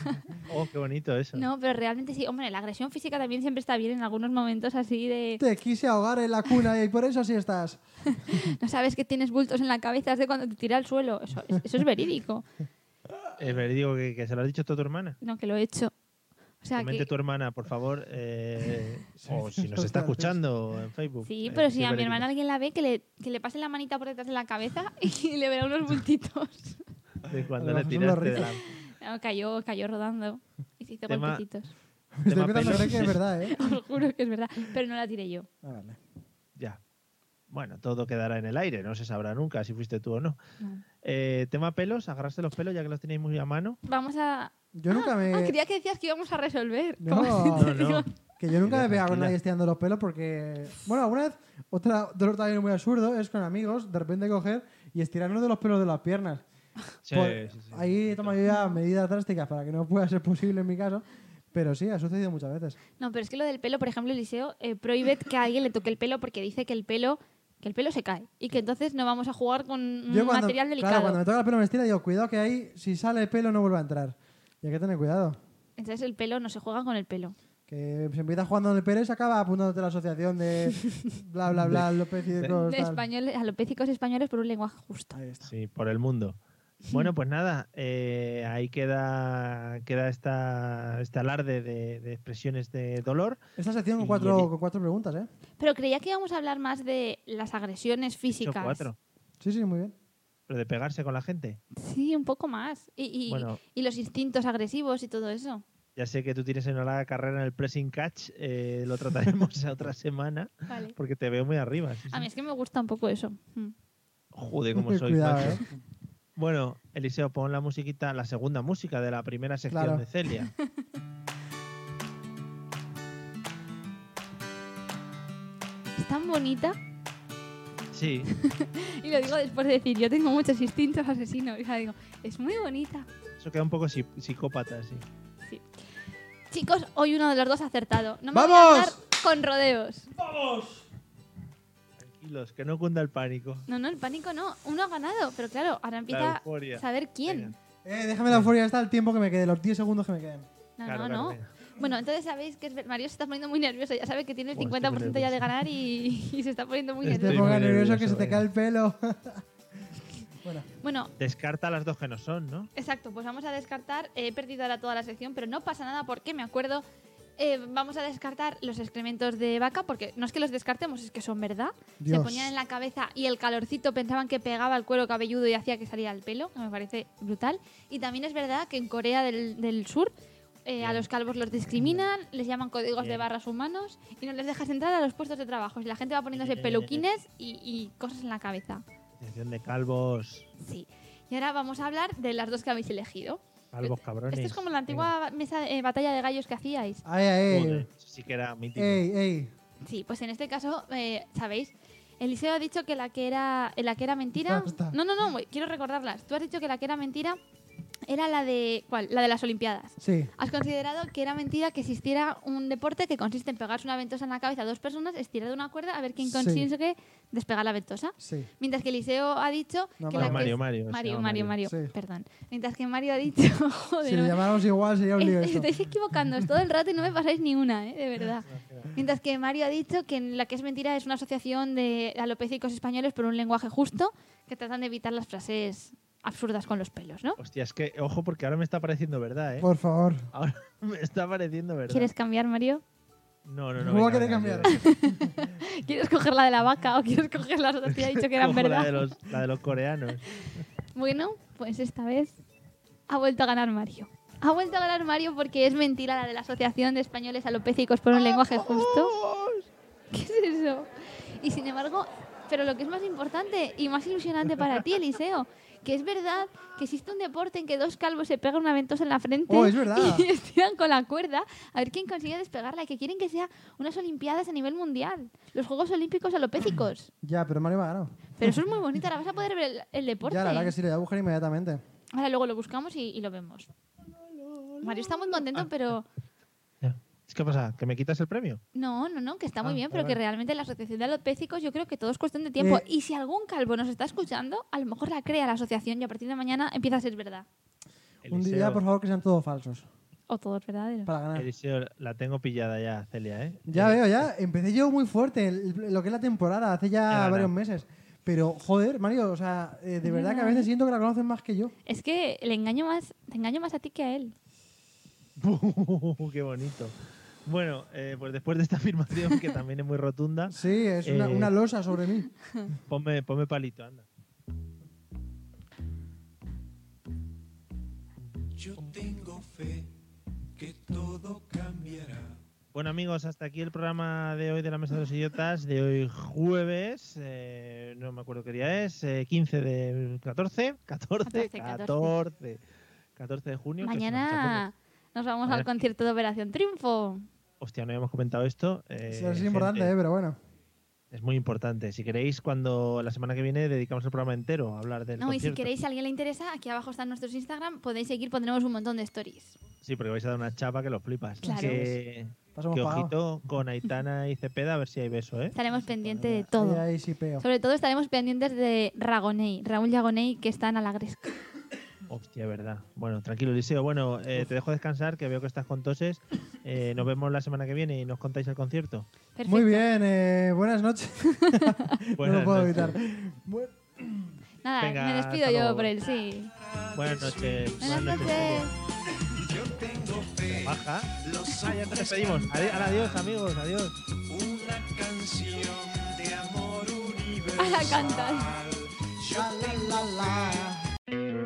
A: Oh, qué bonito eso.
D: no, pero realmente sí. Hombre, la agresión física también siempre está bien en algunos momentos así de
C: Te quise ahogar en la cuna y por eso así estás.
D: no sabes que tienes bultos en la cabeza es de cuando te tira al suelo. Eso, eso es verídico.
A: Es verdad, Eh, digo que, que se lo has dicho tú a tu hermana.
D: No, que lo he hecho. O sea,
A: Comente
D: que,
A: tu hermana, por favor, eh, o si nos está
C: Bastante.
A: escuchando en Facebook.
D: Sí,
A: eh,
D: pero
A: sí,
D: si a mi
A: verídico.
D: hermana alguien la ve, que le, que le pase la manita por detrás de la cabeza y le verá unos bultitos.
A: De cuando
C: A lo
A: le
C: mejor son los
A: tiraste de la-
D: No, Ah, cayó, cayó rodando. Y se hizo
A: Tema-
D: golpecitos.
C: Me estoy
A: Tema
C: empezando a
A: pelo.
C: creer que es verdad, ¿eh?
D: Os juro que es verdad. Pero no la tiré yo.
C: Ah, vale.
A: Ya. Bueno, todo quedará en el aire, no se sabrá nunca si fuiste tú o no.
D: No.
A: Eh, tema pelos, agarrarse los pelos ya que los tenéis muy a mano.
D: Vamos a.
C: Yo nunca me...
D: Ah, creía que decías que íbamos a resolver.
C: No.
D: Como si te
A: No, no.
D: digo-
C: Que yo nunca me he pegado con
A: Tranquila.
C: nadie estirando los pelos porque... Bueno, alguna vez, otra dolor también muy absurdo es con amigos, de repente coger y estirarnos de los pelos de las piernas.
A: Sí,
C: Por-
A: sí, sí.
C: Ahí he tomado yo ya medidas drásticas para que no pueda ser posible en mi caso, pero sí, ha sucedido muchas veces.
D: No, pero es que lo del pelo, por ejemplo, Eliseo eh, prohíbe que a alguien le toque el pelo porque dice que el pelo que el pelo se cae y que entonces no vamos a jugar con un
C: Yo cuando,
D: Mm, material delicado.
C: Claro, cuando me toca el pelo me estira, digo, cuidado que ahí, si sale el pelo no vuelve a entrar. Y hay que tener cuidado.
D: Entonces el pelo no se juega con el pelo.
C: Que se empieza jugando en el Pérez, acaba apuntándote a la asociación de bla, bla, bla, López y de cosas,
D: De
C: tal.
D: españoles, alopécicos españoles por un lenguaje justo.
C: Ahí está.
A: Sí, por el mundo. Bueno, pues nada, eh, ahí queda, queda esta, este alarde de, de expresiones de dolor.
C: Esta sección con
A: Y
C: cuatro,
A: Eli-
C: con cuatro preguntas, ¿eh?
D: Pero creía que íbamos a hablar más de las agresiones
A: Son
D: físicas.
A: cuatro.
C: Sí, sí, muy bien.
A: Pero de pegarse con la gente.
D: Sí, un poco más. Y, y-
A: Bueno.
D: y los instintos agresivos y todo eso.
A: Ya sé que tú tienes una larga carrera en el pressing catch, eh, lo trataremos otra semana
D: Vale.
A: porque te veo muy arriba. sí,
D: A
A: sí.
D: mí es que me gusta un poco eso. Mm.
A: Joder, cómo soy.
C: cuidado,
A: macho.
C: ¿eh?
A: Bueno, Eliseo, pon la musiquita, la segunda música de la primera sección
C: Claro.
A: de Celia.
D: Es tan bonita.
A: Sí,
D: Y lo digo después de decir, yo tengo muchos instintos asesinos. Y ahora digo, es muy bonita.
A: eso queda un poco si- psicópata, sí.
D: Chicos, hoy uno de los dos ha acertado. No me voy a
C: ¡Vamos!
D: andar con rodeos.
A: Tranquilos, que no cunda el pánico.
D: No, no, el pánico no. Uno ha ganado. Pero claro, ahora empieza
A: euforia.
D: a saber quién.
A: Venga.
C: Eh, déjame la euforia hasta el tiempo que me quede, los 10 segundos que me queden.
D: No,
A: Claro,
D: no,
A: claro,
D: no.
A: venga.
D: Bueno, entonces sabéis que es ver- Mario se está poniendo muy nervioso. Ya sabe que tiene el
A: Buah, estoy
D: 50% ya
A: muy
D: de ganar y, y se está poniendo muy
A: Estoy
C: Te
D: nervioso.
A: muy
C: pongas nervioso
A: nervioso,
C: que se te
A: venga.
C: cae el pelo. Bueno,
D: Bueno,
A: Descarta las dos que no son, ¿no?
D: Exacto, pues vamos a descartar. He perdido ahora toda la sección, pero no pasa nada porque me acuerdo. Eh, vamos a descartar los excrementos de vaca porque no es que los descartemos, es que son verdad.
C: Dios.
D: Se ponían en la cabeza y el calorcito pensaban que pegaba el cuero cabelludo y hacía que saliera el pelo, que me parece brutal. Y también es verdad que en Corea del, del Sur eh, a los calvos los discriminan, les llaman códigos de
A: Bien.
D: barras humanos y no les dejas entrar a los puestos de trabajo. Y la gente va poniéndose
A: Bien.
D: peluquines y- y cosas en la cabeza.
A: Sección de calvos,
D: Sí. Y ahora vamos a hablar de las dos que habéis elegido.
A: calvos cabrones.
D: Esto es como la antigua mesa, eh, batalla de gallos que hacíais.
C: ay, ay,
A: Venga.
C: ay.
A: Joder, eso sí que era mítico.
C: Ey, ey.
D: Sí, pues en este caso, eh, ¿sabéis? Eliseo ha dicho que la que era, eh, la que era mentira.
C: Basta.
D: No, no, no, güey, quiero recordarlas. Tú has dicho que la que era mentira era la de. ¿Cuál? La de las Olimpiadas.
C: Sí.
D: Has considerado que era mentira que existiera un deporte que consiste en pegarse una ventosa en la cabeza a dos personas, estirar de una cuerda a ver quién
C: Sí.
D: consigue despegar la ventosa.
C: Sí.
D: Mientras que Eliseo ha dicho
C: No,
D: que
C: Mario,
D: la que
A: Mario,
D: es-
A: Mario, se
D: Mario,
A: llama
D: Mario,
A: Mario.
D: Mario,
C: Sí.
D: perdón. Mientras que Mario ha dicho, joder,
C: Si lo
D: no-
C: llamáramos igual sería un lío
D: Es-
C: esto.
D: Estáis equivocándoos todo el rato y no me pasáis ni una, ¿eh? de verdad. Mientras que Mario ha dicho que en la que es mentira es una asociación de alopecicos españoles por un lenguaje justo que tratan de evitar las frases absurdas con los pelos, ¿no?
A: Hostia, es que, ojo, porque ahora me está pareciendo verdad, ¿eh?
C: Por favor.
A: Ahora me está pareciendo verdad.
D: ¿Quieres cambiar, Mario?
A: No, no, no.
C: ¿Cómo va a
A: venga,
C: querer
A: venga,
C: cambiar?
D: ¿Quieres coger la de la vaca o quieres coger las otras que ha dicho que eran
A: Ojo, La de,
D: verdad?
A: los, la de los coreanos.
D: Bueno, pues esta vez ha vuelto a ganar Mario. Ha vuelto a ganar Mario porque es mentira la de la Asociación de Españoles Alopecicos por un lenguaje justo. ¿Qué es eso? Y sin embargo, pero lo que es más importante y más ilusionante para ti, Eliseo, que es verdad que existe un deporte en que dos calvos se pegan una ventosa en la frente
C: Oh, es verdad.
D: y estiran con la cuerda a ver quién consigue despegarla y que quieren que sea unas olimpiadas a nivel mundial, los Juegos Olímpicos Alopécicos.
C: Ya, pero Mario me ha ganado.
D: Pero eso es muy bonito, ahora vas a poder ver el, el deporte.
C: Ya, la verdad que sí, lo voy a buscar inmediatamente.
D: Ahora luego lo buscamos y, y lo vemos. Mario está muy
C: Ah.
D: contento, pero
A: Ya. ¿Es ¿Qué pasa? ¿Que me quitas el premio?
D: no, no, no, que está muy
A: Ah,
D: bien,
A: vale,
D: pero que
A: vale.
D: realmente la asociación de alopécicos yo creo que todo es cuestión de tiempo.
C: Eh.
D: Y si algún calvo nos está escuchando, a lo mejor la crea la asociación y a partir de mañana empieza a ser verdad.
C: Un
A: Eliseo,
C: día, por favor, que sean todos falsos.
D: O todo es verdadero.
C: Para ganar.
A: Eliseo, la tengo pillada ya, Celia, ¿eh?
C: Ah. Ya
A: Eh,
C: veo, ya. Empecé yo muy fuerte el- lo que es la temporada, hace
A: Ya,
C: ya
A: no.
C: varios meses. Pero, joder, Mario, o sea, eh, de verdad que a veces siento que la conocen más que yo.
D: Es que le engaño más, te engaño más a ti que a él.
A: ¡Qué bonito! Bueno, eh, pues después de esta afirmación, que también es muy rotunda,
C: Sí, es una,
A: Eh.
C: una losa sobre mí.
A: ponme, ponme palito, anda.
G: Yo tengo fe que todo cambiará.
A: Bueno amigos, hasta aquí el programa de hoy de la Mesa de los Idiotas, de hoy jueves, eh, no me acuerdo qué día es, eh, 15 de 14, 14,
D: 14,
A: 14, 14 de junio. que es una-
D: Mañana nos vamos
A: Mañana.
D: al concierto de Operación Triunfo.
A: Hostia, no habíamos comentado esto. eh,
C: Sí, es
A: gente,
C: importante, eh, pero bueno.
A: Es muy importante. Si queréis, cuando la semana que viene dedicamos el programa entero a hablar del
D: No, y si
A: concierto.
D: queréis, si a alguien le interesa, aquí abajo están nuestros Instagram, podéis seguir, pondremos un montón de stories.
A: Sí, porque vais a dar una chapa que lo flipas.
D: Claro.
A: Que,
C: Pasamos
A: que
C: Pues, pagado.
A: ojito con Aitana y Cepeda a ver si hay beso, ¿eh?
D: Estaremos pendientes de
C: Ahí,
D: todo.
C: ahí sí peo.
D: Sobre todo estaremos pendientes de Ragonei, Raúl Yagonei, que está en Alagresca.
A: Hostia, verdad. Bueno, tranquilo, Eliseo. Bueno, eh, te dejo descansar, que veo que estás con toses. Eh, nos vemos la semana que viene y nos contáis el concierto.
D: Perfecto.
C: Muy bien, eh, buenas noches. no
A: Buenas
C: lo puedo
A: noches.
C: evitar. Bu-
D: Nada,
A: Venga,
D: me despido
A: hasta
D: yo
A: luego.
D: por él, sí.
A: Buenas noches.
D: Buenas noches.
G: Yo tengo fe,
A: Baja.
G: los
A: Ah, ya te despedimos. Adi- Adiós, amigos. Adiós.
G: una canción de amor universal.
D: Ahora cantas.
G: Yo tengo